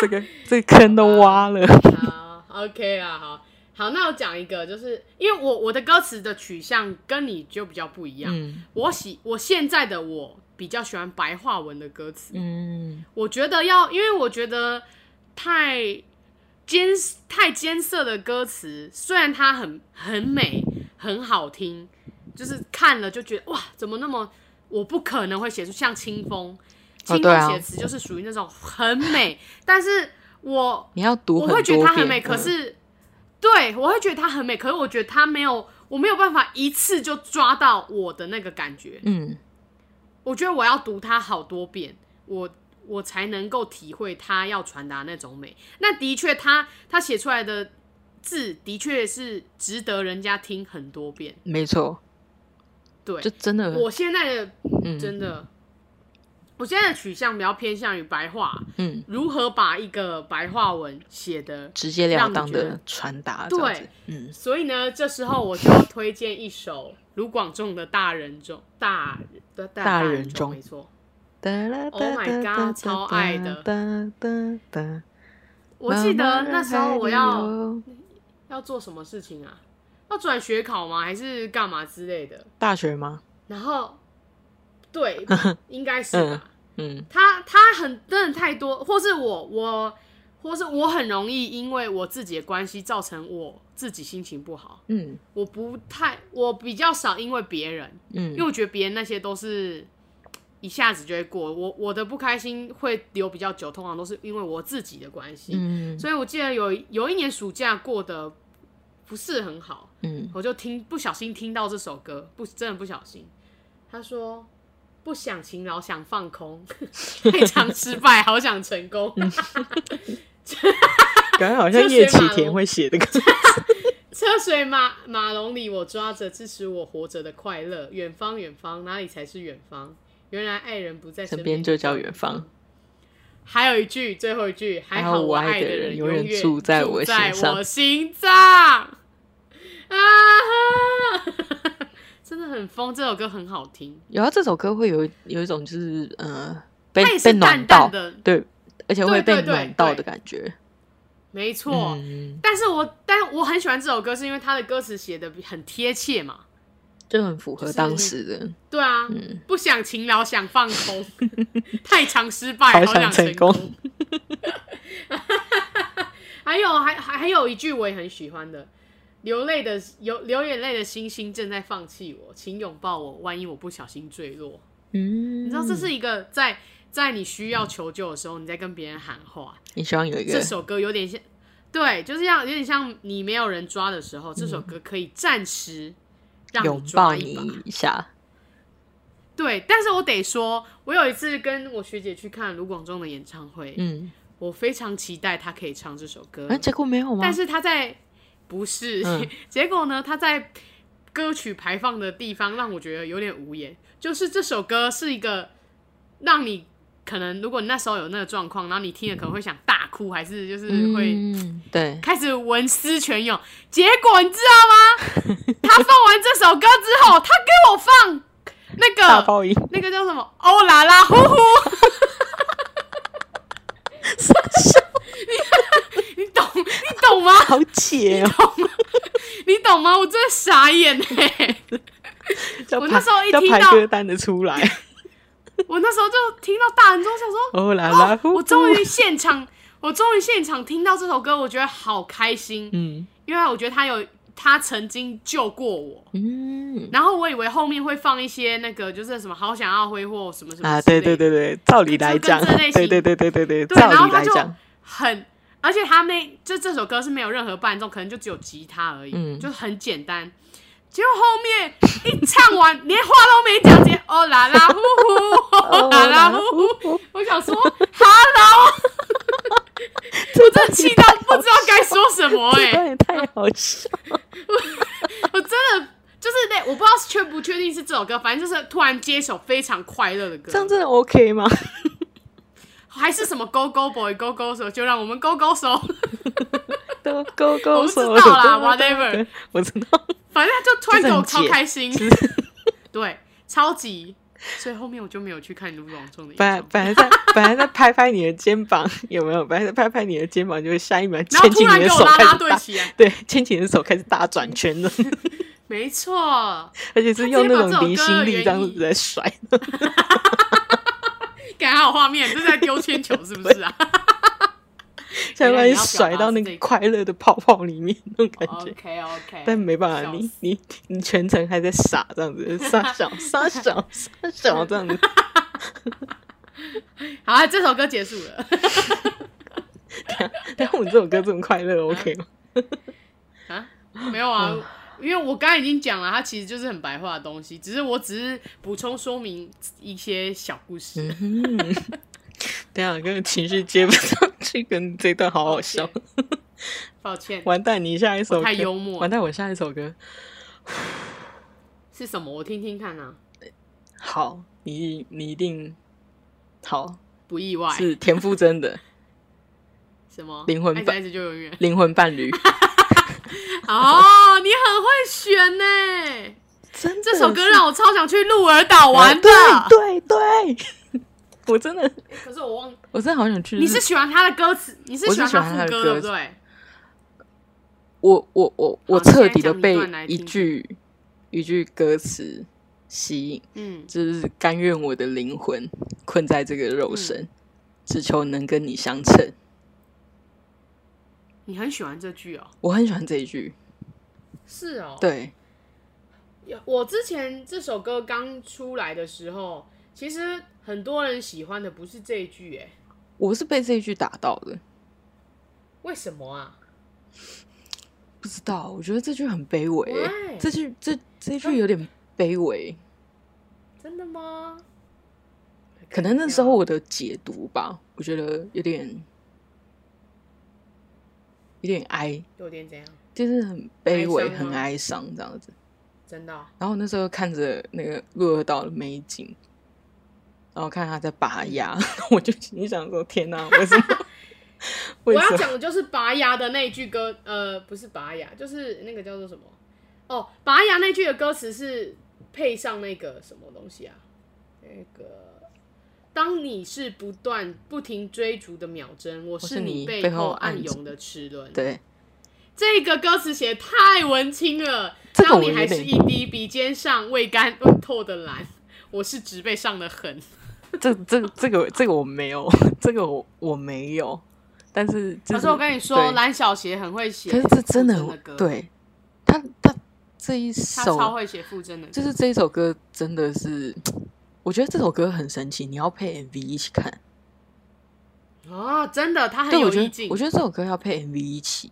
S2: 这个这个坑都挖了。
S3: 好，OK 啦，好好，那我讲一个，就是因为我我的歌词的取向跟你就比较不一样。
S2: 嗯
S3: 我喜我现在的我比较喜欢白话文的歌词，
S2: 嗯
S3: 我觉得要，因为我觉得太艰太艰涩的歌词，虽然它很很美，很好听，就是看了就觉得哇，怎么那么我不可能会写出像清风，清
S2: 对
S3: 风
S2: 啊
S3: 写词就是属于那种很美，但是我
S2: 你要读
S3: 我
S2: 很多遍，
S3: 会觉得它很美，
S2: 嗯
S3: 可是、对我会觉得它很美，可是我觉得它没有，我没有办法一次就抓到我的那个感觉。
S2: 嗯
S3: 我觉得我要读它好多遍，我我才能够体会它要传达那种美。那的确它，他他写出来的字的确是值得人家听很多遍。
S2: 没错，
S3: 对
S2: 就，真的
S3: 我现在的
S2: 嗯
S3: 真的，我现在的取向比较偏向于白话，
S2: 嗯
S3: 如何把一个白话文写的
S2: 直截了当
S3: 让你觉
S2: 的
S3: 得
S2: 传达，
S3: 对
S2: 这样子，嗯
S3: 所以呢，这时候我就要推荐一首卢广仲的《大人中》，大大大
S2: 大人
S3: 人
S2: 中
S3: 没错。
S2: 哒啦
S3: Oh my
S2: 哒哒
S3: god，超爱的
S2: 哒哒哒。
S3: 我记
S2: 妈
S3: 得
S2: 妈
S3: 那时候我
S2: 还
S3: 要
S2: 有
S3: 要做什么事情啊？要转学考吗？还是干嘛之类的？
S2: 大学吗？
S3: 然后，对，
S2: [laughs]
S3: 应该是
S2: 嗯
S3: 吧。
S2: 嗯
S3: 他他很真的太多，或是我我，或是我很容易因为我自己的关系造成我自己心情不好。
S2: 嗯
S3: 我不太，我比较少因为别人，因为
S2: 嗯
S3: 我觉得别人那些都是一下子就会过。我我的不开心会留比较久，通常都是因为我自己的关系。
S2: 嗯
S3: 所以我记得有有一年暑假过得不是很好，
S2: 嗯
S3: 我就听不小心听到这首歌，不真的不小心。他说不想勤劳，想放空， [laughs] 太常失败，好想成功。 [laughs]
S2: 感觉好像
S3: 这
S2: 叶
S3: 学
S2: 启
S3: 马
S2: 田
S3: 龙
S2: 会写的歌。
S3: 车水马马龙里，我抓着支持我活着的快乐。远方，远方，哪里才是远方？原来爱人不在
S2: 身边
S3: 身边，
S2: 就叫远方。
S3: 还有一句，最后一句，还好我爱的人
S2: 永
S3: 永
S2: 远
S3: 远
S2: 住在我
S3: 我
S2: 心上
S3: 心脏啊！哈， [laughs] 真的很疯，这首歌很好听，
S2: 然后这首歌会有一有一种就是呃被
S3: 它也
S2: 被
S3: 是
S2: 暖
S3: 淡
S2: 到
S3: 淡，的，
S2: 对，而且会
S3: 对
S2: 被
S3: 对对
S2: 暖到
S3: 对
S2: 的感觉。
S3: 没错。
S2: 嗯，
S3: 但是我但我很喜欢这首歌，是因为它的歌词写的很贴切嘛。
S2: 就很符合
S3: 就是
S2: 当
S3: 你
S2: 时的，
S3: 对啊，
S2: 嗯
S3: 不想勤劳，想放空，
S2: [laughs]
S3: 太常失败，
S2: 好
S3: 好
S2: 想
S3: 想
S2: 成
S3: 成
S2: 功
S3: 功。 [laughs] 还有还还还有一句我也很喜欢的，流泪的流流眼泪的星星正在放弃我，请拥抱我，万一我不小心坠落。
S2: 嗯，
S3: 你知道这是一个在在你需要求救的时候，你在跟别人喊话。
S2: 你希望有一个
S3: 这首歌有点像，对，就是像有点像你没有人抓的时候，这首歌可以暂时让
S2: 嗯拥抱
S3: 你抓
S2: 你
S3: 一把。
S2: 一下，
S3: 对，但是我得说，我有一次跟我学姐去看卢广仲的演唱会，
S2: 嗯，
S3: 我非常期待她可以唱这首歌，
S2: 哎、结果没有吗？
S3: 但是她在不是，
S2: 嗯
S3: [laughs] 结果呢，她在歌曲排放的地方让我觉得有点无言，就是这首歌是一个让你可能如果你那时候有那个状况，然后你听了可能会想大哭，还是就是会。
S2: 嗯、对，
S3: 开始文思泉涌，结果你知道
S2: [laughs]
S3: 吗？他放完这首歌之后，他给我放那
S2: 大
S3: 个
S2: 爆音，
S3: 那个叫什么“欧啦啦呼呼”， [laughs] 你懂你懂吗？
S2: 好解哦，
S3: 你懂吗？我真的傻眼哎、
S2: 要
S3: 我
S2: 排
S3: 那时候一
S2: 要
S3: 听
S2: 排
S3: 到
S2: 歌单的出来，
S3: [laughs] 我那时候就听到大人中想说，
S2: 哦啦啦呼呼，
S3: 我终于现场，我终于现场听到这首歌，我觉得好开心，
S2: 嗯
S3: 因为我觉得他有他曾经救过我。
S2: 嗯
S3: 然后我以为后面会放一些那个，就是什么好想要挥霍什么什么
S2: 啊，
S3: 之类
S2: 对对对对，照理来讲，
S3: 就跟这类
S2: 对
S3: 型
S2: 对对对对对，
S3: 对
S2: 照
S3: 然后
S2: 理
S3: 他
S2: 来
S3: 就
S2: 讲，
S3: 很，而且他那这这首歌是没有任何伴奏，可能就只有吉他而已，
S2: 嗯
S3: 就很简单。结果后面一唱完，连话都没讲，直接哦啦啦呼
S2: [laughs]
S3: 呼，哦啦啦呼呼，我想说 hello，
S2: 我
S3: 真的气到不知道该说什么哎、
S2: [laughs] 这段也太好笑，
S3: 我真的就是那我不知道确不确定是这首歌，反正就是突然接一首非常快乐的歌，
S2: 这样真的 OK 吗？
S3: 还是什么勾勾 boy 勾勾手，就让我们勾勾手，
S2: [laughs] 都勾勾手，
S3: 我知道啦
S2: 对对对
S3: whatever
S2: 对我知道， [laughs]
S3: 反正他就突然给我
S2: 就是很
S3: 超
S2: 解
S3: 开心， [laughs] 对，超级。所以后面我就没有去看卢广仲的演
S2: 本来
S3: 唱会，
S2: 本来在 [laughs] 本来在拍拍你的肩膀， [laughs] 有没有？本来在拍拍你的肩膀，就会下一秒
S3: 然后
S2: 牵起你
S3: 突然
S2: 的
S3: 给
S2: 手
S3: 我拉
S2: 开
S3: 拉
S2: 始
S3: 队
S2: 大，
S3: 起
S2: [laughs]
S3: 来，
S2: 对，牵起你的手开始大转圈了， [laughs]
S3: 没错，
S2: 而且是用
S3: 他直接把
S2: 那
S3: 这首
S2: 种离
S3: 歌
S2: 心
S3: 原
S2: 力这样
S3: 意
S2: 子在甩，
S3: 感觉还有画面，这是在丢铅球是不是啊？
S2: [laughs] 下
S3: 原来
S2: 把
S3: 你
S2: 你
S3: 要表
S2: 甩
S3: 达
S2: 到
S3: 是
S2: 那个
S3: 这个
S2: 快乐的泡泡里面那种感觉。
S3: OK OK，
S2: 但没办法，
S3: 笑
S2: 你
S3: 死
S2: 你你全程还在傻这样子，傻笑傻
S3: [laughs]
S2: 笑傻笑这样子，
S3: 好啊，这首歌结束了
S2: 但我们这首歌这么快乐，OK
S3: 嗯
S2: 吗？
S3: 啊？没有
S2: 哦
S3: 啊，因为我刚才已经讲了，它其实就是很白话的东西，只是我只是补充说明一些小故事。
S2: [laughs] 嗯
S3: [laughs]
S2: 等一下跟情绪接不上去，跟这段好好笑。[laughs]
S3: 抱歉，
S2: 完蛋，你下一首
S3: 哦我太
S2: 歌
S3: 幽默了
S2: 完蛋，我下一首歌
S3: 是什么？我听听看啊，
S2: 好，你你一定好
S3: 不意外。
S2: 是田馥甄的《
S3: 什么？
S2: 灵魂
S3: 爱着
S2: 伴
S3: 爱着就永远。
S2: 灵魂伴侣》，
S3: [laughs] 哦，你很会选呢。
S2: 真的
S3: 这首歌
S2: 是
S3: 让我超想去鹿儿岛玩的。
S2: 对对对， [laughs] 我真的
S3: 可是我忘，
S2: 我真的好想去日。
S3: 你是喜欢他的歌词，你是
S2: 我是
S3: 喜欢
S2: 喜
S3: 他
S2: 欢他的
S3: 副歌
S2: 歌
S3: 对不对？
S2: 我我我我
S3: 好你现
S2: 彻
S3: 在
S2: 底的
S3: 讲一
S2: 被
S3: 段来
S2: 一
S3: 听听
S2: 句一句歌词吸引，
S3: 嗯，
S2: 就是甘愿我的灵魂困在这个肉
S3: 嗯
S2: 身，只求能跟你相称。
S3: 你很喜欢这句哦。
S2: 我很喜欢这一句，
S3: 是哦，
S2: 对，
S3: 有我之前这首歌刚出来的时候，其实很多人喜欢的不是这一句，哎，
S2: 我是被这一句打到的。
S3: 为什么啊？
S2: 不知道，我觉得这句很卑微欸、
S3: Why？嗯
S2: 这句这这句有点卑微，
S3: 真的吗？
S2: 可能那时候我的解读吧，我觉得有点有点哀，
S3: 有点怎样？
S2: 就是很卑微，
S3: 哀伤吗
S2: 很哀伤这样子。
S3: 真的哦、
S2: 然后那时候看着那个鹿儿岛的美景，然后看他在拔
S3: 嗯
S2: 牙， [laughs] 我就心想说：“天哪、为什么？
S3: [laughs] 我
S2: 为
S3: 要
S2: 什么？
S3: 讲的就是拔牙的那一句歌，呃，不是拔牙，就是那个叫做什么？哦，拔牙那句的歌词是配上那个什么东西啊？那个，当你是不断不停追逐的秒针，我
S2: 是
S3: 是
S2: 你
S3: 背
S2: 背后
S3: 暗
S2: 暗
S3: 涌的齿轮。，
S2: 对，
S3: 这个歌词写得太文青了。
S2: 这个
S3: 当
S2: 我
S3: 你
S2: 有
S3: 还
S2: 点
S3: 是一滴鼻尖上未干未透的蓝，我是植被上的痕。
S2: 这这这个这个我没有，这个我我没有。但是、就是，
S3: 可是我跟你说，
S2: 对
S3: 蓝小邪很会写，
S2: 可是这真的
S3: 歌，，
S2: 对他他这一
S3: 他超
S2: 首
S3: 会写傅真的歌。
S2: 就是这一首歌真的是，我觉得这首歌很神奇，你要配 MV 一起看。
S3: 哦，真的，他很
S2: 对，
S3: 有
S2: 我觉
S3: 意境。
S2: 得我觉得这首歌要配 MV 一起。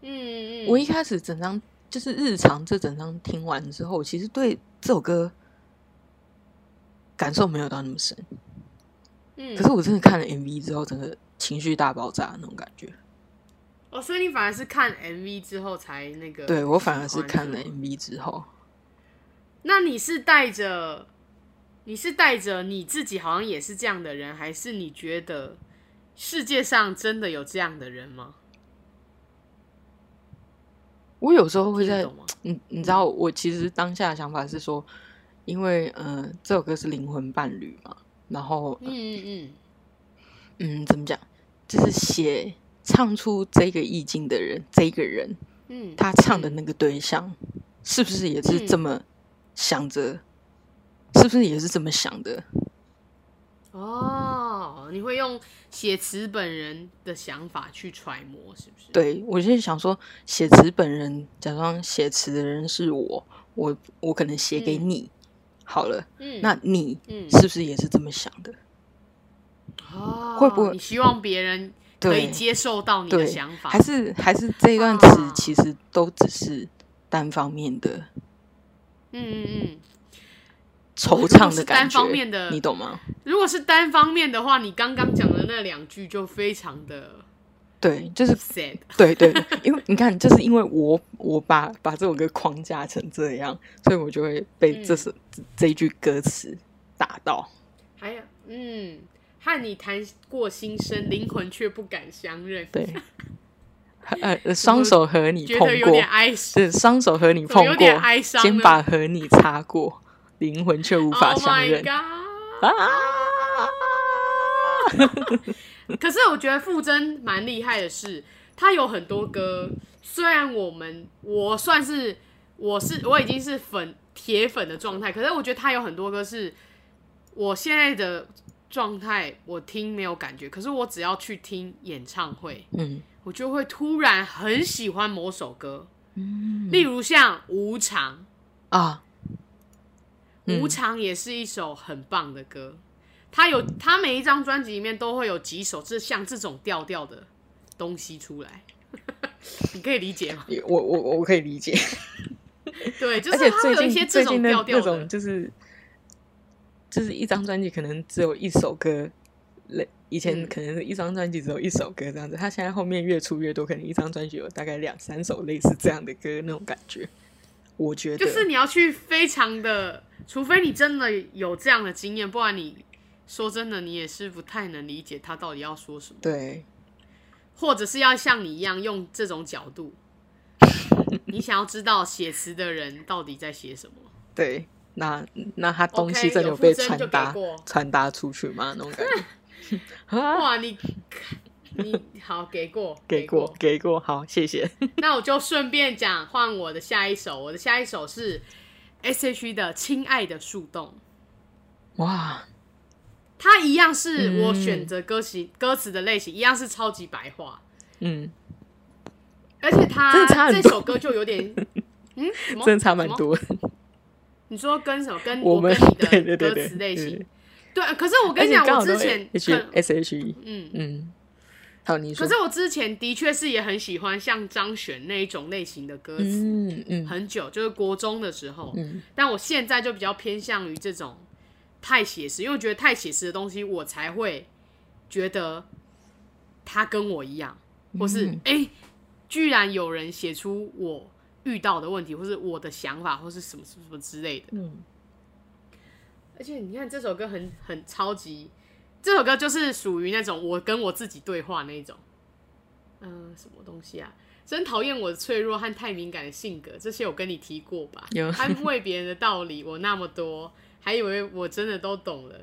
S3: 嗯嗯嗯，
S2: 我一开始整张就是日常这整张听完之后，其实对这首歌感受没有到那么深。
S3: 嗯
S2: 可是我真的看了 MV 之后，整个情绪大爆炸那种感觉。
S3: 哦，所以你反而是看 MV 之后才那个喜欢，
S2: 对我反而
S3: 哦
S2: 是看了
S3: 吗
S2: MV 之后，
S3: 那你是带着，你是带着你自己好像也是这样的人，还是你觉得世界上真的有这样的人吗？
S2: 我有时候会
S3: 听得
S2: 在
S3: 懂嗯吗？
S2: 你你知道，我其实当下的想法是说，因为呃，这首歌是灵魂伴侣嘛，然后
S3: 嗯嗯嗯，
S2: 嗯，怎么讲，就是写唱出这个意境的人，这个人
S3: 嗯，
S2: 他唱的那个对象，是不是也是这么想着？是不是也是这么想的？
S3: 哦，你会用写词本人的想法去揣摩，是不是？，
S2: 对我就是想说，写词本人假装写词的人是我，我我可能写给
S3: 嗯
S2: 你、好了，
S3: 嗯，
S2: 那你
S3: 嗯，
S2: 是不是也是这么想的？
S3: 哦，
S2: 会不会
S3: 你希望别人可以
S2: 对，
S3: 接受到你的
S2: 对
S3: 想法？
S2: 还是还是这一段词
S3: 啊
S2: 其实都只是单方面的
S3: 嗯嗯嗯，
S2: 惆怅
S3: 哦是
S2: 的
S3: 单
S2: 感觉，
S3: 方面的
S2: 你懂吗？
S3: 如果是单方面的话，你刚刚讲的那两句就非常的
S2: 对，就是
S3: sad。 [laughs]
S2: 对对，对因为你看，就是因为我我把把这首歌框架成这样，所以我就会被这
S3: 嗯
S2: 首、这这一句歌词打到。
S3: 还有，嗯，和你谈过心声，灵魂却不敢相认， [laughs]
S2: 对，呃，呃双手和你
S3: 觉
S2: 碰
S3: 得有
S2: 过
S3: 点，哀伤，
S2: 是双手和你
S3: 怎么
S2: 碰
S3: 有
S2: 过
S3: 点哀，伤呢
S2: 肩膀和你擦过，灵魂却无法
S3: Oh
S2: 相
S3: my
S2: 认。
S3: god！
S2: 啊！ [laughs]
S3: 可是我觉得傅真蛮厉害的是，他有很多歌，虽然我们我算是我是我已经是粉铁粉的状态，可是我觉得他有很多歌是我现在的状态，我听没有感觉，可是我只要去听演唱会，
S2: 嗯
S3: 我就会突然很喜欢某首歌，
S2: 嗯
S3: 例如像《无常》，
S2: 啊，嗯
S3: 无常也是一首很棒的歌，它有它每一张专辑里面都会有几首这像这种调调的东西出来， [laughs] 你可以理解吗？
S2: 我我我可以理解。
S3: 对，就
S2: 而
S3: 是
S2: 且
S3: 它
S2: 最
S3: 会有一些
S2: 近最近
S3: 这种
S2: 那
S3: 调
S2: 那
S3: 调
S2: 种
S3: 的，
S2: 就是就是一张专辑可能只有一首歌，类以前
S3: 嗯
S2: 可能是一张专辑只有一首歌这样子，他现在后面越出越多，可能一张专辑有大概两三首类似这样的歌那种感觉。我觉得
S3: 就是你要去非常的，除非你真的有这样的经验，不然你说真的你也是不太能理解他到底要说什么，
S2: 对，
S3: 或者是要像你一样用这种角度，你想要知道写词的人到底在写什么。
S2: 对，那那他东
S3: OK，
S2: 西真的
S3: 有
S2: 被
S3: 附身
S2: 传
S3: 就给
S2: 达
S3: 过
S2: 传达出去吗？那种感
S3: [laughs]
S2: 觉。啊，
S3: 哇，你你好，给过，
S2: 给
S3: 过
S2: 过。给过，好，谢谢。 [laughs]
S3: 那我就顺便讲，换我的下一首，我的下一首是 S.H.E 的《亲爱的树洞》，
S2: 哇，
S3: 它一样是
S2: 嗯
S3: 我选择歌词、歌词的类型，一样是超级白话，
S2: 嗯，
S3: 而且它
S2: 真的差很
S3: 这
S2: 多
S3: 首歌就有
S2: [laughs]
S3: 点，嗯，什么
S2: 真的差蛮。
S3: 什么
S2: 多的。
S3: 你说跟什么？跟
S2: 我们
S3: 跟你
S2: 对对
S3: 的
S2: 对
S3: 歌
S2: 对
S3: 词类型
S2: 对。
S3: 对，可是我
S2: 而
S3: 跟你
S2: 且
S3: 讲，
S2: 刚
S3: 我
S2: 好都
S3: 之前
S2: H
S3: 可
S2: S H E，
S3: 嗯，
S2: 嗯，还有你说
S3: 可，是我之前的确是也很喜欢像张悬那一种类型的歌词，
S2: [laughs] 嗯嗯
S3: 很久，就是国中的时候。
S2: 嗯，
S3: 但我现在就比较偏向于这种太写实，因为我觉得太写实的东西，我才会觉得他跟我一样，或是
S2: 嗯
S3: 哎、诶居然有人写出我遇到的问题，或是我的想法，或是什么什么什么之类
S2: [laughs]
S3: 的。
S2: 嗯，
S3: 而且你看这首歌很很超级，这首歌就是属于那种我跟我自己对话那一种。嗯、什么东西啊？真讨厌我的脆弱和太敏感的性格，这些我跟你提过吧？
S2: 有
S3: 安慰别人的道理我那么多，还以为我真的都懂了。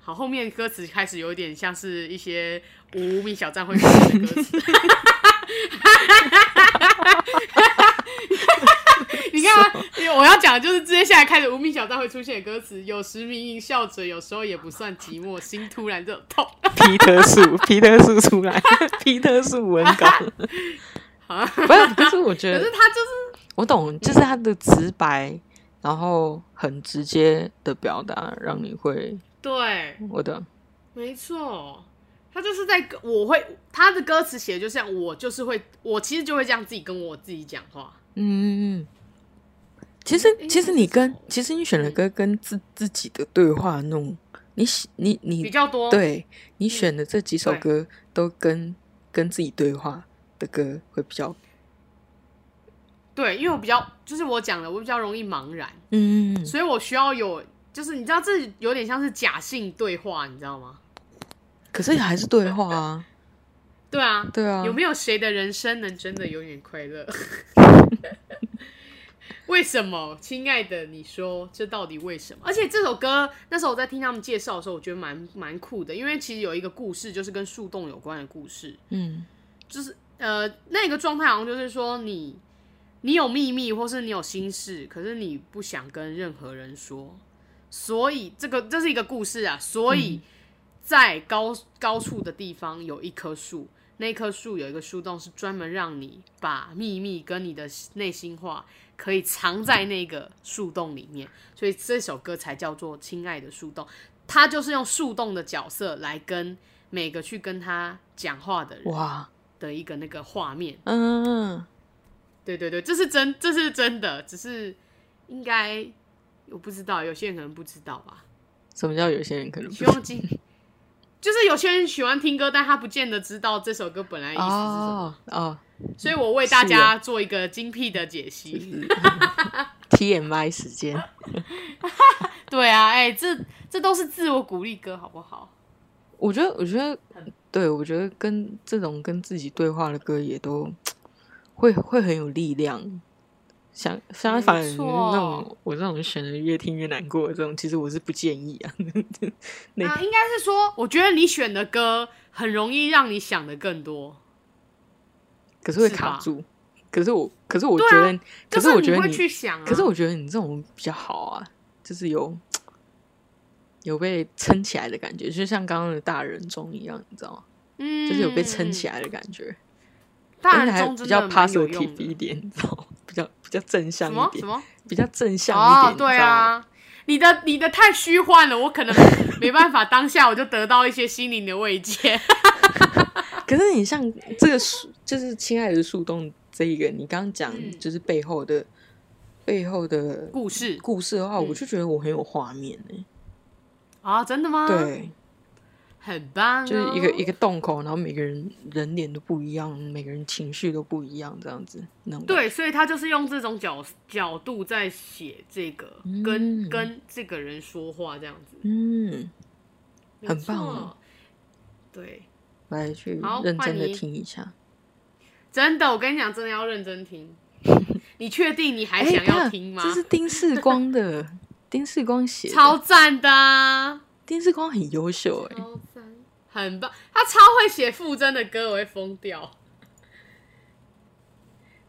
S3: 好，后面歌词开始有点像是一些无名小站会说的歌词。 [laughs] 你看啊，我要讲的就是接下来开始无名小站会出现的歌词，有时明明笑着，有时候也不算寂寞，心突然就痛。
S2: 皮特树，皮特树出来，皮特树文稿，
S3: [laughs] 好，
S2: 不是，啊可是我觉
S3: 可是
S2: 得
S3: 他就是
S2: 我懂，就是他的直白，然后很直接的表达，让你会，
S3: 对，
S2: 我的，
S3: 没错，他就是在跟我会他的歌词写的就像我就是会，我其实就会这样自己跟我自己讲话，
S2: 嗯，其实
S3: 应该
S2: 其实你跟
S3: 是
S2: 其实你选的歌跟自自己的对话弄，你喜你
S3: 比
S2: 你
S3: 较多，，
S2: 对你选的这几首
S3: 哦嗯对
S2: 歌都跟跟自己对话的歌会比较，
S3: 对，因为我比较就是我讲了，我比较容易茫然，
S2: 嗯，
S3: 所以我需要有就是你知道这有点像是假性对话，你知道吗？
S2: 可是还是对话啊，
S3: 对啊，
S2: 对啊，
S3: 有没有谁的人生能真的永远快乐？ [laughs] 为什么，亲爱的？你说这到底为什么？而且这首歌那时候我在听他们介绍的时候，我觉得蛮蛮酷的，因为其实有一个故事，就是跟树洞有关的故事，
S2: 嗯
S3: 就是呃那个状态好像就是说你你有秘密或是你有心事，可是你不想跟任何人说，所以这个这是一个故事啊，所以在高高处的地方有一棵树，那棵树有一个树洞是专门让你把秘密跟你的内心话可以藏在那个树洞里面，所以这首歌才叫做《亲爱的树洞》，它就是用树洞的角色来跟每个去跟他讲话的人
S2: 哇，
S3: 的一个那个画面。
S2: 嗯，
S3: 对对对，这是真，这是真的，只是应该我不知道，有些人可能不知道吧。
S2: 什么叫有些人可能
S3: 希
S2: 不 [laughs]
S3: 望今就是有些人喜欢听歌，但他不见得知道这首歌本来意思是什么，
S2: 哦
S3: [laughs]
S2: 哦
S3: 所以我为大
S2: 是啊
S3: 家做一个精辟的解
S2: 就
S3: 析。
S2: 是 TMI 时间，
S3: 对啊，哎、这这都是自我鼓励歌，好不好？
S2: 我觉得我觉得对我觉得跟这种跟自己对话的歌也都会会很有力量。相相反，
S3: 没
S2: 那
S3: 错
S2: 种我这种选的越听越难过的这种，其实我是不建议啊。那
S3: 那、啊应该是说，我觉得你选的歌很容易让你想的更多。
S2: 可是会
S3: 是
S2: 卡
S3: 吧
S2: 住。可是我，可是我
S3: 对
S2: 觉
S3: 啊
S2: 得，可
S3: 就是
S2: 我觉得
S3: 会去想、啊，
S2: 可是我觉得你这种比较好啊，就是有有被撑起来的感觉，就像刚刚的大人中一样，你知道吗？
S3: 嗯，
S2: 就是有被撑起
S3: 来，
S2: 来的感觉，
S3: 大
S2: 而且
S3: 人
S2: 还
S3: 中
S2: 比
S3: 真
S2: 较
S3: 的蛮有用
S2: positive
S3: 的
S2: 一点，你知道吗？比较比较正向
S3: 什么
S2: 一点，
S3: 什么
S2: 比较正向一
S3: 哦
S2: 点，，
S3: 对
S2: 你知道吗，
S3: 啊，你的你的太虚幻了，我可能没办法当下我就得到一些心灵的慰藉。
S2: 可是你像这个树，就是亲爱的树洞这一个，你刚刚讲
S3: 嗯
S2: 就是背后的、背后的
S3: 故事
S2: 故事的话，我
S3: 嗯
S2: 就觉得我很有画面呢、
S3: 啊，真的吗？，
S2: 对，
S3: 很棒、哦，
S2: 就是一个一个洞口，然后每个人人脸都不一样，每个人情绪都不一样，这样子那种感觉。
S3: 对，所以他就是用这种角角度在写这个，跟
S2: 嗯
S3: 跟这个人说话这样子，
S2: 嗯，
S3: 没
S2: 很棒
S3: 错
S2: 哦。
S3: 对，
S2: 来去
S3: 好
S2: 认
S3: 换
S2: 真的
S3: 你
S2: 听一下。
S3: 真的，我跟你讲，真的要认
S2: [laughs]
S3: 真听。你确定你还
S2: 哎
S3: 想
S2: 等
S3: 要
S2: 下
S3: 听吗？
S2: 这是丁世光
S3: [laughs]
S2: 的，丁世光写的，
S3: 超赞的啊、
S2: 丁世光很优秀哎、
S3: 超赞，很棒，他超会写傅真的歌，我会疯掉。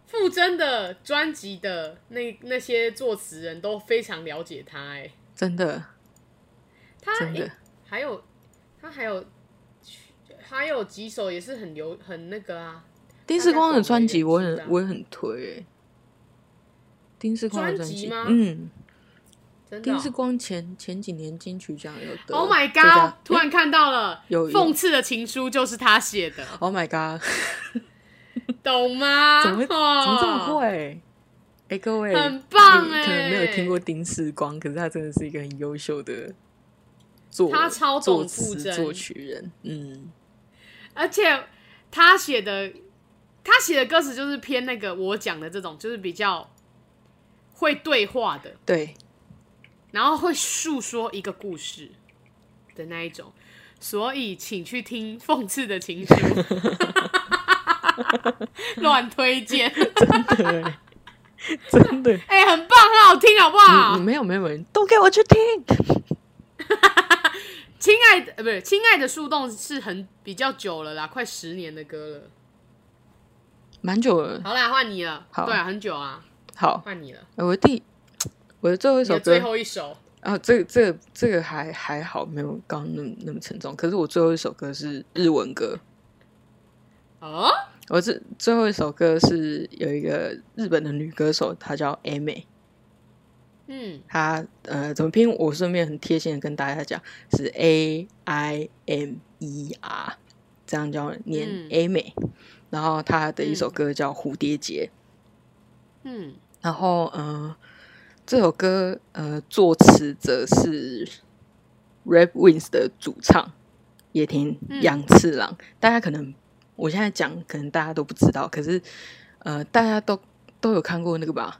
S3: 傅真的专辑的那那些作词人都非常了解他、哎，
S2: 真的
S3: 他
S2: 真的
S3: 诶还有他还有还有几首也是很流很那个啊，
S2: 丁世光的专辑我
S3: 大
S2: 很
S3: 家
S2: 我也很推哎、丁世光的专辑
S3: 专辑吗
S2: 嗯，
S3: 真的
S2: 丁
S3: 哦、
S2: 世光前前几年金曲奖有得
S3: Oh my
S2: 最佳
S3: god！突然看到了，
S2: 有有
S3: 讽刺的情书就是他写的，
S2: Oh my
S3: [laughs]
S2: god，
S3: 懂吗？
S2: 怎么会怎么这么
S3: 哦？
S2: 会？哎、各位，
S3: 很棒
S2: 你
S3: 哎、
S2: 可能没有听过丁世光，可是他真的是一个很优秀的作，
S3: 他超懂
S2: 作
S3: 傅
S2: 词
S3: 征
S2: 作曲人，嗯，
S3: 而且他写的他写的歌词就是偏那个我讲的这种，就是比较会对话的， [laughs]
S2: 对，
S3: 然后会诉说一个故事的那一种。所以，请去听《讽刺的情书》，乱推荐，
S2: 对，真的，
S3: 哎、很棒，很好听，好不好？
S2: 嗯没有没有没有，都给我去听，
S3: 亲爱的，呃，不是，亲爱的树洞是很比较久了啦，快十年的歌了。
S2: 蛮久了。
S3: 好啦，换你了。
S2: 好
S3: 对啊，很久啊，
S2: 好，
S3: 换你了。
S2: 呃我第我的最后一
S3: 你的
S2: 首
S3: 最
S2: 歌
S3: 后一首，
S2: 啊，这个这个这个还还好，没有刚刚那么那么沉重。可是我最后一首歌是日文歌，
S3: 哦，
S2: 我这最后一首歌是有一个日本的女歌手，她叫 A 美。
S3: 嗯，
S2: 它呃怎么拼？我顺便很贴心的跟大家讲，是 A I M E R，这样叫念
S3: 嗯
S2: A 美。然后他的一首
S3: 嗯
S2: 歌叫《蝴蝶结》，
S3: 嗯
S2: 然后嗯、呃这首歌呃，作词者是 Red Wings 的主唱野田
S3: 嗯
S2: 洋次郎。大家可能我现在讲，可能大家都不知道，可是呃，大家都都有看过那个吧，《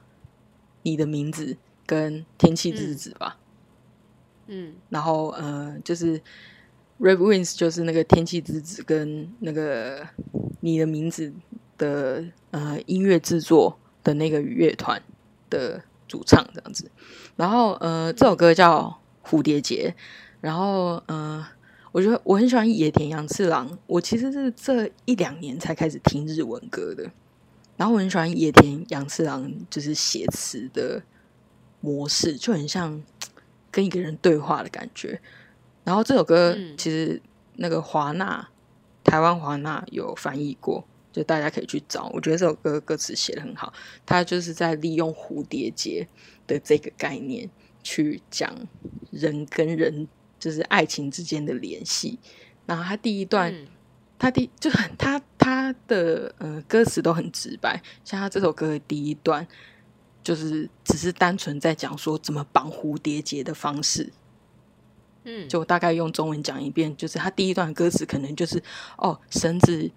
S2: 你的名字》跟《天气之子》吧。
S3: 嗯
S2: 然后呃，就是 Red Wings 就是那个《天气之子》跟那个《你的名字》的呃音乐制作的那个乐团的主唱这样子。然后呃，这首歌叫《蝴蝶结》，然后呃，我觉得我很喜欢野田洋次郎，我其实是这一两年才开始听日文歌的。然后我很喜欢野田洋次郎，就是写词的模式，就很像跟一个人对话的感觉。然后这首歌
S3: 嗯
S2: 其实那个华纳，台湾华纳有翻译过，就大家可以去找。我觉得这首歌歌词写的很好，它就是在利用蝴蝶结的这个概念去讲人跟人就是爱情之间的联系。然后它第一段
S3: 嗯
S2: 他第就很他他的呃歌词都很直白，像他这首歌的第一段，就是只是单纯在讲说怎么绑蝴蝶结的方式，
S3: 嗯，
S2: 就我大概用中文讲一遍，就是他第一段歌词可能就是哦绳子。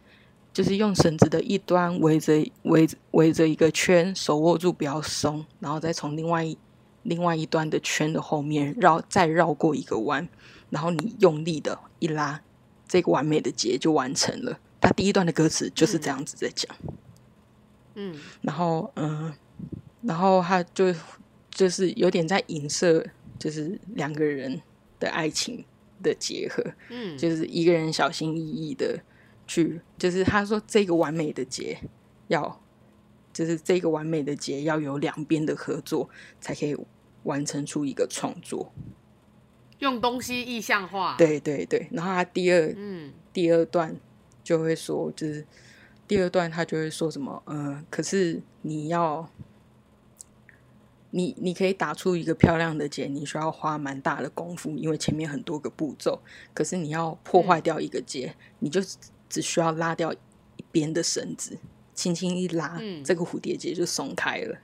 S2: 就是用绳子的一端围着围围着一个圈，手握住不要松，然后再从另外一另外一端的圈的后面绕再绕过一个弯，然后你用力的一拉，这个完美的结就完成了。他第一段的歌词就是这样子在讲，
S3: 嗯
S2: 然后嗯、呃然后他就就是有点在影射，就是两个人的爱情的结合，
S3: 嗯，
S2: 就是一个人小心翼翼的去，就是他说这个完美的结要，就是这个完美的结要有两边的合作才可以完成出一个创作。
S3: 用东西意象化，，
S2: 对对对，然后他第二
S3: 嗯
S2: 第二段就会说，就是第二段他就会说什么，呃，可是你要，你你可以打出一个漂亮的结，你需要花蛮大的功夫，因为前面很多个步骤。可是你要破坏掉一个结，你就只只需要拉掉一边的绳子，轻轻一拉，
S3: 嗯
S2: 这个蝴蝶结就松开了。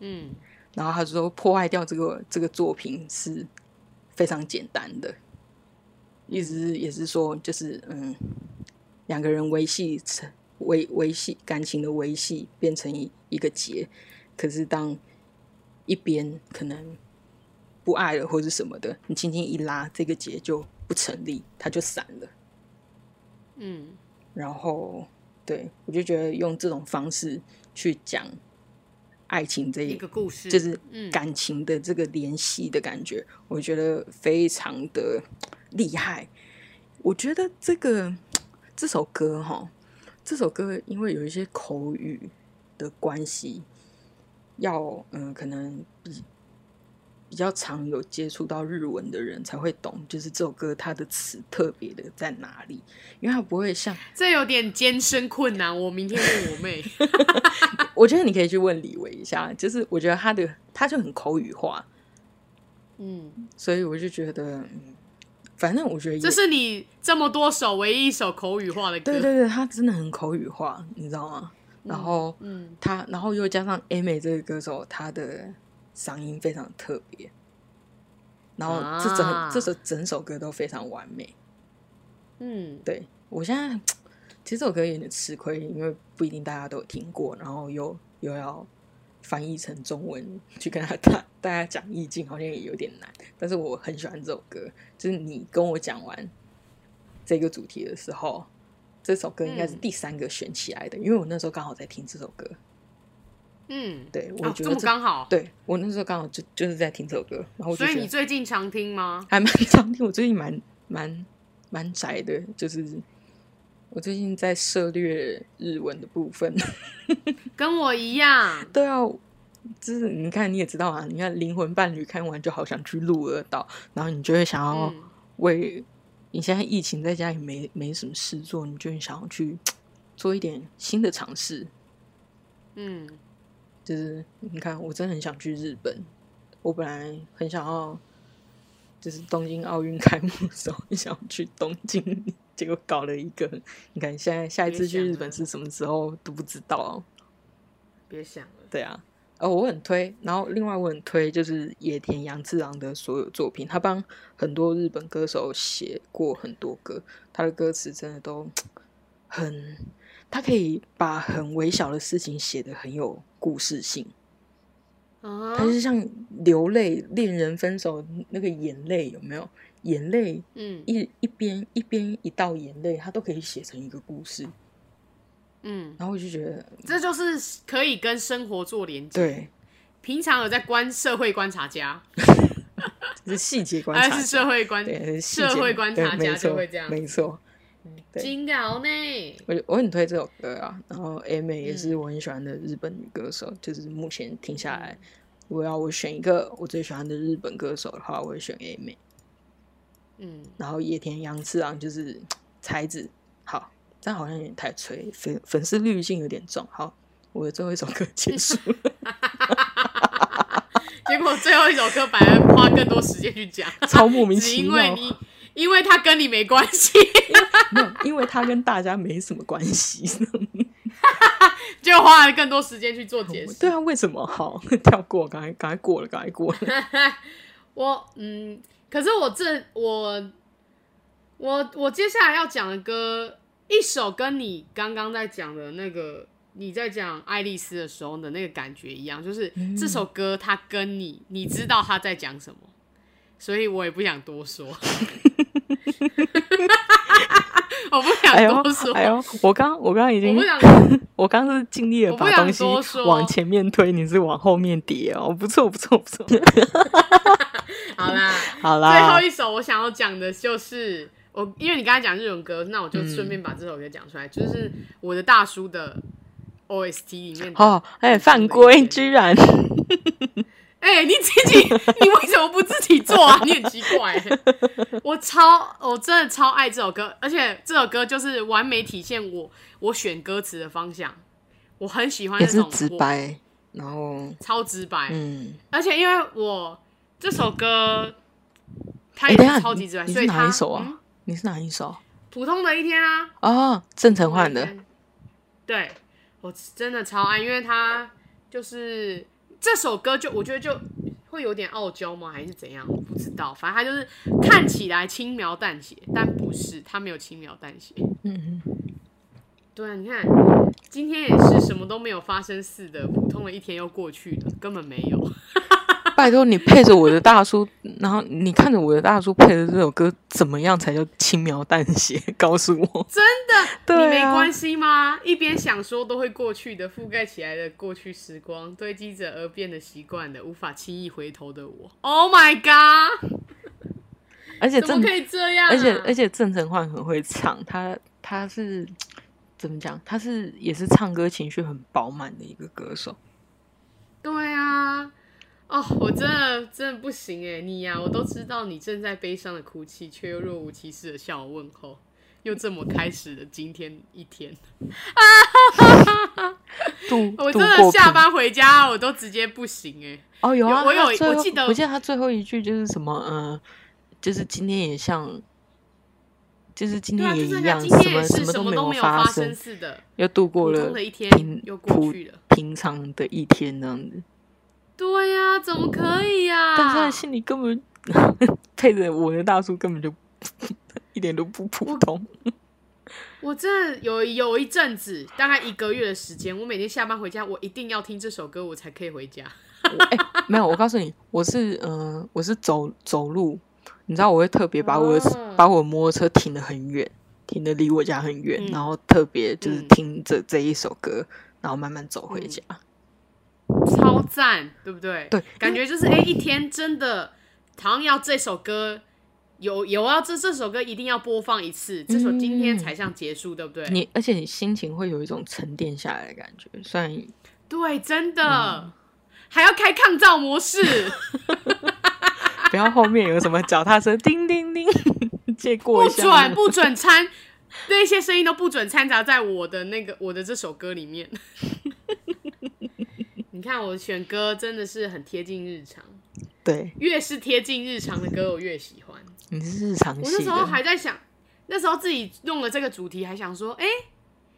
S3: 嗯
S2: 然后他就说破坏掉这个这个作品是非常简单的，意思是也是说就是嗯，两个人维系成维维系感情的维系变成一一个结，可是当一边可能不爱了或是什么的，你轻轻一拉，这个结就不成立，它就散了。
S3: 嗯
S2: 然后对我就觉得用这种方式去讲爱情这
S3: 一
S2: 一
S3: 个故事，
S2: 就是
S3: 嗯
S2: 感情的这个联系的感觉，我觉得非常的厉害。我觉得这个这首歌哈，这首歌因为有一些口语的关系，要嗯、呃可能比比较常有接触到日文的人才会懂，就是这首歌它的词特别的在哪里，因为它不会像
S3: 这有点艰深困难。我明天问我
S2: [laughs]
S3: 妹，
S2: 我觉得你可以去问李维一下，就是我觉得他的他就很口语化，
S3: 嗯，
S2: 所以我就觉得，嗯反正我觉得也
S3: 这是你这么多首唯一一首口语化的歌，
S2: 对对对，他真的很口语化，你知道吗？然后
S3: 嗯
S2: 他，然后又加上 A 美这个歌手，她的嗓音非常特别，然后这整、
S3: 啊
S2: 这首整首歌都非常完美。
S3: 嗯
S2: 对我现在其实这首歌有点吃亏，因为不一定大家都有听过，然后又又要翻译成中文去跟他大大家讲意境，好像也有点难。但是我很喜欢这首歌，就是你跟我讲完这个主题的时候，这首歌应该是
S3: 嗯
S2: 第三个选起来的，因为我那时候刚好在听这首歌，
S3: 嗯，
S2: 对我
S3: 哦，
S2: 觉得
S3: 这么刚好，
S2: 对我那时候刚好就就是在听这首歌，然后我就
S3: 所以
S2: 觉
S3: 你
S2: 得
S3: 最近常听吗？
S2: 还蛮常听，我最近蛮蛮蛮宅的，就是我最近在涉略日文的部分。 [laughs]
S3: 跟我一样，
S2: 对啊，就是你看你也知道啊，你看《灵魂伴侣》看完就好想去鹿儿岛，然后你就会想要
S3: 嗯
S2: 为、你现在疫情在家里没没什么事做，你就会想要去做一点新的尝试。
S3: 嗯
S2: 就是你看，我真的很想去日本。我本来很想要，就是东京奥运开幕的时候，很想要去东京，结果搞了一个。你看，现在下一次去日本是什么时候都不知道。
S3: 别想了，
S2: 对啊，呃，我很推，然后另外我很推就是野田洋次郎的所有作品，他帮很多日本歌手写过很多歌，他的歌词真的都很，他可以把很微小的事情写得很有故事性，
S3: 嗯
S2: 他就
S3: 哼
S2: 是像流泪、恋人分手那个眼泪有没有？眼泪
S3: 嗯
S2: 一一边一边一道眼泪，他都可以写成一个故事，
S3: 嗯，
S2: 然后我就觉得
S3: 这就是可以跟生活做连接。
S2: 对，
S3: 平常有在观社会观察家，
S2: 就是细节观
S3: 还
S2: 察
S3: 哎是社会观
S2: 对，细
S3: 社
S2: 节
S3: 会观
S2: 对
S3: 察
S2: 没
S3: 家就
S2: 错
S3: 会这样嗯哦
S2: 没错。对
S3: 金鳌呢？
S2: 我我很推这首歌啊，然后 A 美也
S3: 嗯
S2: 是我很喜欢的日本女歌手，就是目前听下来，
S3: 嗯
S2: 如果要我选一个我最喜欢的日本歌手的话，我会选 A 美。
S3: 嗯， [laughs]
S2: 然后野田洋次郎就是才子，好，但好像有点太吹，粉粉丝滤镜有点重。好，我的最后一首歌结束。
S3: [laughs] 结果最后一首歌反而花更多时间去
S2: [laughs]
S3: 讲，
S2: 超莫名
S3: 只
S2: 其
S3: 因
S2: 妙
S3: 为你，因为他跟你没关系， [laughs]
S2: 没有，因为他跟大家没什么关
S3: [laughs]
S2: 系。
S3: 就花了更多时间去做解释。
S2: [laughs] 对啊，为什么？好，跳过，赶快赶快过了，赶快
S3: [laughs]
S2: 过了。
S3: 我嗯，可是我这我我我接下来要讲的歌，一首跟你刚刚在讲的那个你在讲爱丽丝的时候的那个感觉一样，就是
S2: 嗯
S3: 这首歌它跟你你知道他在讲什么，所以我也不想
S2: [laughs]
S3: 多说。 [laughs] 我不
S2: 哎
S3: 想
S2: 呦
S3: 多说，，
S2: 哎呦，我刚我刚已
S3: 我
S2: 经
S3: 不想，
S2: 我刚刚是尽力的
S3: 我不
S2: 把
S3: 想
S2: 东西
S3: 多说
S2: 往前面推，你是往后面叠哦，不错不错不错。
S3: 好啦。
S2: 好
S3: 最
S2: 啦
S3: 后，一首我想要讲的就是我，因为你刚才讲日文歌，那我
S2: 嗯
S3: 就顺便把这首歌讲出来，就是我的大叔的 OST 里面的。
S2: 哦，哎、犯规居然，
S3: 哎、你
S2: [laughs]
S3: 自己，你为什么不自己做啊？你很奇怪、我超，我真的超爱这首歌，而且这首歌就是完美体现我我选歌词的方向。我很喜欢
S2: 也
S3: 那
S2: 是
S3: 种
S2: 直，白，然后
S3: 我超直白。
S2: 嗯，
S3: 而且因为我这首歌，它
S2: 哎、
S3: 也
S2: 等一下
S3: 是超级直白，
S2: 你
S3: 所
S2: 是
S3: 以
S2: 哪
S3: 它
S2: 一首啊？
S3: 嗯
S2: 你是哪一首？
S3: 普通的一天啊，
S2: 哦，郑成焕的，。
S3: 对，我真的超爱，因为他就是这首歌就我觉得就会有点傲娇吗，还是怎样？我不知道，反正他就是看起来轻描淡写，但不是，他没有轻描淡写。
S2: 嗯，嗯
S3: 对啊，你看，今天也是什么都没有发生似的，普通的一天又过去了，根本没有。
S2: 拜托你配着我的大叔， [laughs] 然后你看着我的大叔配的这首歌，怎么样才叫轻描淡写？告诉我，
S3: 真的，
S2: 对
S3: 你没
S2: 啊
S3: 关系吗？一边想说都会过去的，覆盖起来的过去时光，堆积着而变得习惯的，无法轻易回头的我。Oh my god！
S2: 而 [laughs] 且
S3: 怎
S2: 郑
S3: 么可以这样、啊？
S2: 而且而且郑成焕很会唱，他他是怎么讲？他是也是唱歌情绪很饱满的一个歌手。
S3: 对啊，哦，我真的真的不行哎，你呀、我都知道你正在悲伤的哭泣，却又若无其事的向我问候，又这么开始了今天一天。哦
S2: 度
S3: 我
S2: 度
S3: 真的
S2: 过
S3: 下
S2: 平
S3: 班回家，我都直接不行哎。
S2: 哦，有啊，
S3: 有我有
S2: 他最
S3: 我
S2: 后
S3: 记得
S2: 我记得他最后一句就是什么，呃，就是今天也像，就是今
S3: 对啊，
S2: 天也
S3: 就是
S2: 一样，
S3: 像今
S2: 什
S3: 天
S2: 么
S3: 也是
S2: 么都
S3: 么
S2: 有
S3: 没有
S2: 发
S3: 生似的，
S2: 又度过
S3: 普
S2: 了
S3: 通的一天
S2: 平
S3: 又过
S2: 普
S3: 去了。
S2: 平常的一天这样子。
S3: 对呀、怎么可以啊呀、
S2: 但是他的心里根本 [laughs] 配着我的大叔根本就 [laughs] 一点都不普通。
S3: 我真的有有一阵子，大概一个月的时间，我每天下班回家，我一定要听这首歌，我才可以回家。
S2: 我哎、没有，我告诉你，我是嗯、呃我是走走路，你知道我会特别把我的、
S3: 哦
S2: 把我的摩托车停得很远，停得离我家很远，
S3: 嗯
S2: 然后特别就是
S3: 嗯
S2: 听着这一首歌，然后慢慢走回家。
S3: 超赞，对不对？
S2: 对
S3: 感觉就是哎、诶一天真的好像要这首歌有有要这这首歌一定要播放一次，这首今天才像结束，对不对？
S2: 嗯你而且你心情会有一种沉淀下来的感觉，虽然
S3: 对，真的、还要开抗噪模式，
S2: 不要后面有什么脚踏车叮叮叮借过
S3: 不
S2: 一下
S3: 准，不准掺那些声音都不准掺杂在我的那个我的这首歌里面。你看我选歌真的是很贴近日常，
S2: 对，
S3: 越是贴近日常的歌我越喜欢。
S2: 你是日常
S3: 我那
S2: 系
S3: 时候
S2: 的，
S3: 还在想，那时候自己弄了这个主题，还想说，哎、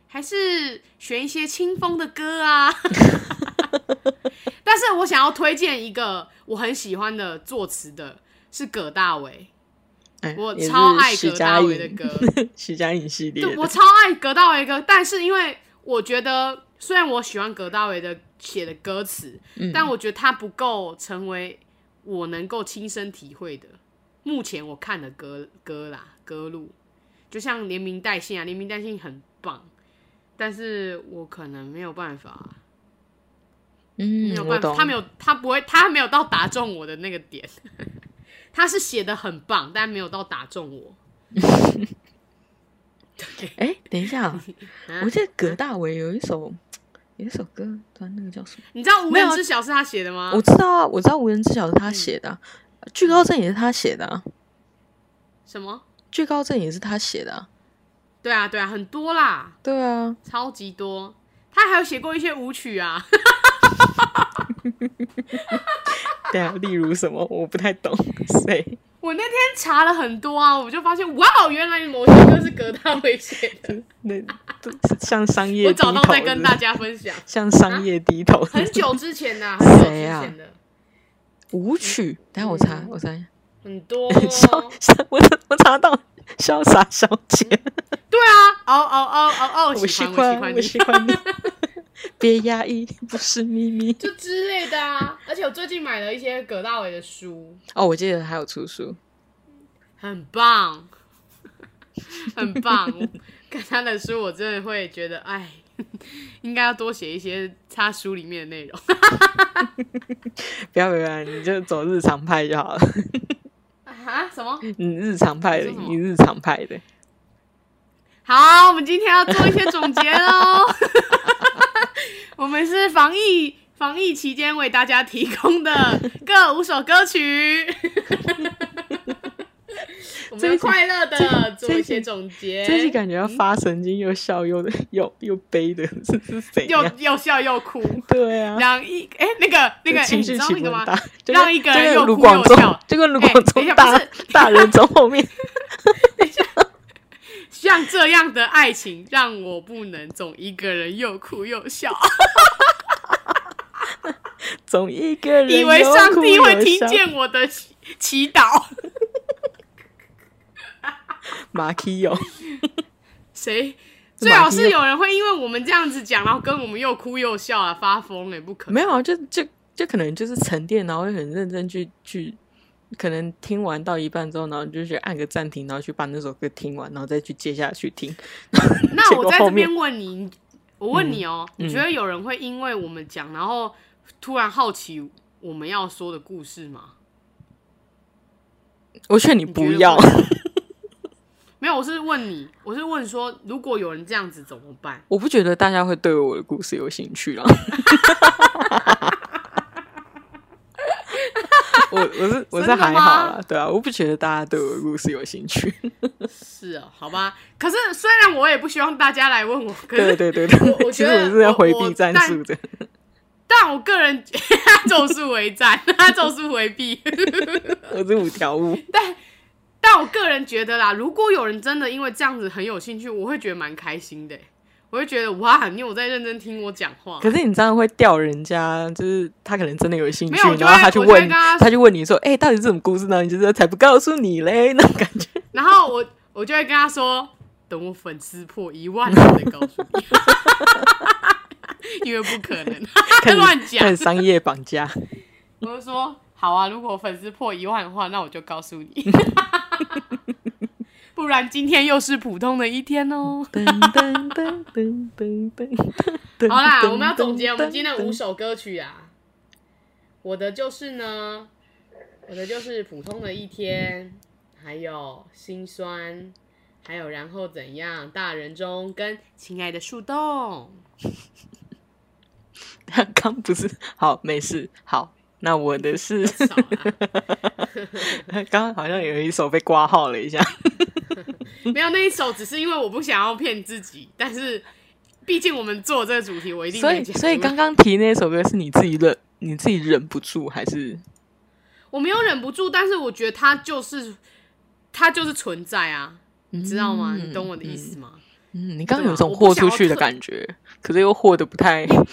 S3: 还是选一些清风的歌啊。 [laughs] 但是我想要推荐一个我很喜欢的作词的，是葛大为，
S2: 哎
S3: 我
S2: 也
S3: 超
S2: 是
S3: 爱
S2: 徐
S3: 葛
S2: 佳
S3: 大为的
S2: 莹
S3: 歌，
S2: [laughs] 徐佳莹系列
S3: 对我
S2: 的，
S3: 超爱葛大为的歌，但是因为我觉得虽然我喜欢葛大为的写的歌词，
S2: 嗯
S3: 但我觉得他不够成为我能够亲身体会的。目前我看的歌歌啦歌路，就像连名带姓啊，连名带姓很棒，但是我可能没有办法。没
S2: 嗯
S3: 有，
S2: 我
S3: 办法，
S2: 懂，
S3: 他没有，他不会，他没有到打中我的那个点。 [laughs] 他是写的很棒，但没有到打中我。
S2: 哎、等一下啊、
S3: [laughs] 啊
S2: 我记得葛大为有一首有一首歌，突然那个叫什么？
S3: 你知道《无
S2: 没有
S3: 人
S2: 啊
S3: 知晓》是他写的吗
S2: 我？知道啊，我知道《无人知晓》是
S3: 嗯
S2: 他写的、啊，惧高症》也是他写的、啊，《
S3: 什么？
S2: 惧高症》也是他写的、啊。
S3: 对啊，对啊，很多啦，
S2: 对啊，
S3: 超级多。他还有写过一些舞曲啊，
S2: [laughs]
S3: [laughs]
S2: 对啊，例如什么我不太懂， [laughs] 谁
S3: 我那天查了很多啊，我就发现，哇，原来某些歌是葛大为写的，
S2: 那 [laughs] 都像商业
S3: 我
S2: 低头
S3: 找
S2: 是
S3: 到
S2: 不是，
S3: 再跟大家分享。
S2: 像商业低头是不
S3: 很
S2: 是
S3: 久之前的、啊，很久之
S2: 谁啊
S3: 前的，
S2: [laughs] 舞
S3: 嗯
S2: 曲。等一下我查，我查一下，
S3: 很多、
S2: 潇
S3: 哦。
S2: 潇， [laughs] 我查我查到潇洒小姐，
S3: 对啊，哦哦哦哦哦，
S2: 我
S3: 喜
S2: 喜
S3: 欢
S2: 欢
S3: 我
S2: 我
S3: 喜欢你。
S2: 喜欢你，
S3: [laughs]
S2: 别压抑，不是秘密。
S3: 就之类的啊。而且我最近买了一些葛大为的书，
S2: 哦，我记得还有出书，
S3: 很棒， [laughs] 很棒。我看他的书，我真的会觉得，哎，应该要多写一些他书里面的内容。
S2: 不要不要不要，你就走日常派就好了。
S3: 啊？什么？
S2: 你日常派的，
S3: 你说什么
S2: 你日常派的，
S3: 好，我们今天要做一些总结喽。 [laughs] 我们是防疫防疫期间为大家提供的各五首歌曲。我们要快乐的做一些总结，
S2: 这是感觉要
S3: 嗯
S2: 发神经又笑又又又悲的，是是谁
S3: 又
S2: 呀？
S3: 又笑又哭，
S2: 对啊，
S3: 让一哎、那个那个哎、
S2: 情
S3: 你
S2: 绪
S3: 知道
S2: 起
S3: 那
S2: 伏
S3: 个
S2: 很
S3: 吗
S2: 大？，就
S3: 让
S2: 跟
S3: 一个
S2: 就
S3: 人
S2: 跟
S3: 又
S2: 卢
S3: 哭
S2: 广
S3: 又
S2: 仲
S3: 笑，
S2: 就跟卢
S3: 哎
S2: 广
S3: 等一
S2: 仲
S3: 下不
S2: 大
S3: 是
S2: 大人从后面， [laughs]
S3: 像这样的爱情让我不能总一个人又哭又笑，
S2: 总一个人
S3: 以为
S2: 又
S3: 上
S2: 哭
S3: 帝会
S2: 又
S3: 听
S2: 笑
S3: 见我的祈祈祷。
S2: 马奎哦， [laughs]
S3: 谁？
S2: 是
S3: 最
S2: 马
S3: 好
S2: 蹄
S3: 是
S2: 肉
S3: 有人会因为我们这样子讲，然后跟我们又哭又笑啊，发疯哎、不可能。
S2: 没有啊，就就就可能就是沉淀，然后就很认真去去，可能听完到一半之后，然后就去按个暂停，然后去把那首歌听完，然后再去接下去听。
S3: 那
S2: 结
S3: 我
S2: 果
S3: 在
S2: 后
S3: 这边
S2: 面
S3: 问你，我问你哦、
S2: 嗯
S3: 你觉得有人会因为我们讲，然后突然好奇我们要说的故事吗？
S2: 我劝你
S3: 你
S2: 不
S3: 觉得
S2: 要
S3: 会，吗没有，我是问你，我是问说，如果有人这样子怎么办？
S2: [laughs] 我不觉得大家会对我的故事有兴趣啦。我我是我是
S3: 真的
S2: 还好啦
S3: 吗，
S2: 对啊，我不觉得大家对我的故事有兴
S3: [laughs]
S2: 趣。
S3: 是哦，好吧。可是虽然我也不希望大家来问我，可
S2: 对
S3: 是
S2: 对对对，
S3: 我我
S2: [laughs] 其
S3: 觉
S2: 实
S3: 得
S2: 我是在回
S3: 我我
S2: 避战
S3: 但
S2: 术的。
S3: 但我个人咒术为战， [laughs] 咒术回避。
S2: 我是五条悟，
S3: 但我个人觉得啦，如果有人真的因为这样子很有兴趣，我会觉得蛮开心的欸。我会觉得哇，你有在认真听我讲话。
S2: 可是你这样会吊人家，就是他可能真的有兴
S3: 没
S2: 趣
S3: 有我，就
S2: 然后
S3: 会
S2: 他去
S3: 我就会
S2: 问
S3: 跟他
S2: 他去问你说，哎、到底是什么故事呢？你就是才不告诉你嘞，那种感觉。
S3: 然后我我就会跟他说，等我粉丝破一万，我再告诉 [laughs] 你，因为不可能乱
S2: 开
S3: 讲
S2: 始。商业绑
S3: [laughs]
S2: 架，
S3: 我就说好啊，如果粉丝破一万的话，那我就告诉你。 [laughs] 不然今天又是普通的一天哦。
S2: 噔噔噔噔噔噔噔。
S3: 好啦，
S2: 噔
S3: 我们要总结
S2: 噔
S3: 我们今天的
S2: 噔
S3: 五首歌曲啊。我的就是呢，我的就是普通的一天，还有心酸，还有然后怎样，大人中跟亲爱的树洞。
S2: 刚不是好，没事，好。那我的是， [laughs]
S3: 少啦
S2: 刚刚好像有一首被挂号了一下，
S3: 没有那一首，只是因为我不想要骗自己，但是毕竟我们做这个主题，我一定
S2: 所
S3: 得
S2: 以
S3: 讲。
S2: 所以刚刚提那首歌是你自己忍，你自己忍不住还是？
S3: 我没有忍不住，但是我觉得它就是它就是存在啊，你知道吗？
S2: 嗯
S3: 你懂我的意思吗？
S2: 嗯，你刚
S3: 对
S2: 刚
S3: 啊
S2: 有种
S3: 我不
S2: 豁
S3: 想
S2: [laughs] 出
S3: 要
S2: 去的 [laughs]
S3: 特
S2: 感觉，可是又豁的不太，
S3: 不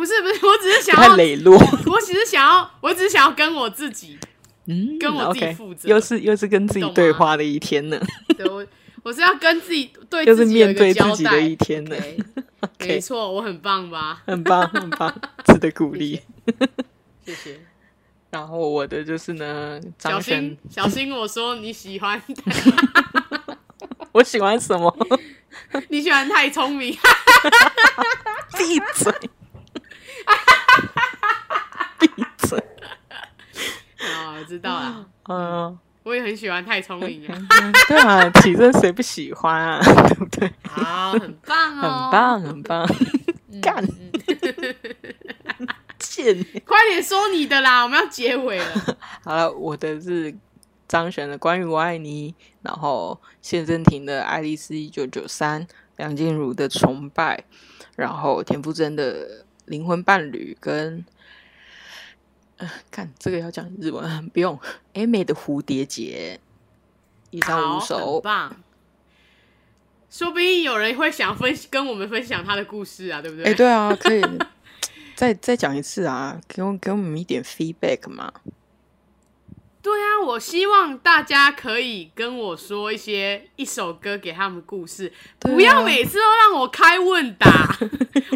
S3: 不是不是，我只是想
S2: 太
S3: 要，
S2: 磊
S3: [laughs]
S2: 落。
S3: 我只是想要，我只是想要跟我自己，
S2: 嗯，
S3: 跟我自己
S2: OK
S3: 负责
S2: 又是又是跟自己
S3: 懂吗
S2: 对话的一天呢，
S3: 对我我是要跟自己对
S2: 又
S3: 自
S2: 是
S3: 己有一
S2: 面
S3: 个
S2: 对
S3: 交
S2: 自己
S3: 代
S2: 的。一天呢，
S3: 对
S2: OK
S3: [laughs] 没错，我很棒吧？
S2: 很棒很棒，值得鼓励。
S3: 谢谢。
S2: 然后我的就是呢，
S3: 小
S2: 张
S3: 心
S2: 悬，
S3: 小心，我说你喜欢
S2: 我喜欢什么？
S3: [laughs] 你喜欢太聪明， [laughs]
S2: 闭嘴，闭嘴，
S3: 啊，我知道啦，
S2: 嗯。
S3: 我也很喜欢太聪
S2: [laughs]
S3: 明啊，
S2: 嗯对啊，起身谁不喜欢啊？对不对？
S3: 好，很棒
S2: 很
S3: 哦，
S2: 棒，很棒， [laughs] 干
S3: 嗯，
S2: 贱！
S3: 快点说你的啦，我们要结尾了，
S2: 好了，我的是张悬的《关于我爱你》，然后谢震廷的《爱丽丝一九九三》，梁静茹的《崇拜》，然后田馥甄的《灵魂伴侣》跟。呃看这个要讲日文，不用。a m 的《蝴蝶结》，以上
S3: 好，
S2: 五
S3: 很
S2: 首。
S3: 棒。说不定有人会想分跟我们分享他的故事啊，对不对？
S2: 哎、对啊，可以 [laughs] 再再讲一次啊，给我给我们一点 feedback 嘛。
S3: 对啊，我希望大家可以跟我说一些一首歌给他们故事，
S2: 对啊
S3: 不要每次都让我开
S2: [laughs]
S3: 问答，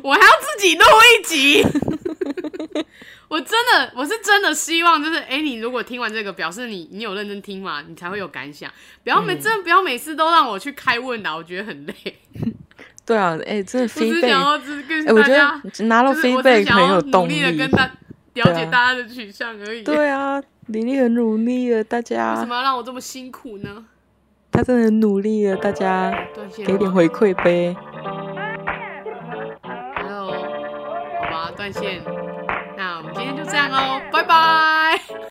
S3: 我还要自己录一集。 [laughs] 我真的，我是真的希望，就是哎、诶你如果听完这个，表示你你有认真听嘛，你才会有感想。不要
S2: 嗯
S3: 每、真的不要每次都让我去开问答，我觉得
S2: [laughs]
S3: 很累。
S2: 对啊，哎、这
S3: 我只是想
S2: feedback，
S3: 要就是跟
S2: 哎、
S3: 大
S2: 我觉
S3: 家，
S2: 得拿到
S3: 就是我只是
S2: feedback
S3: 想
S2: 很
S3: 要
S2: 有
S3: 努
S2: 动
S3: 力的跟大了
S2: 对
S3: 解
S2: 啊
S3: 大家的取向而
S2: [laughs]
S3: 已。
S2: 对啊，李丽很努力了，大
S3: 为什
S2: 家，
S3: 么要让我这么辛苦呢？
S2: 她真的很努力了，大家
S3: 断线了
S2: 给
S3: 吗
S2: 点回馈呗。
S3: Hello，好吧，断线，那我们今天就这样喽，拜拜。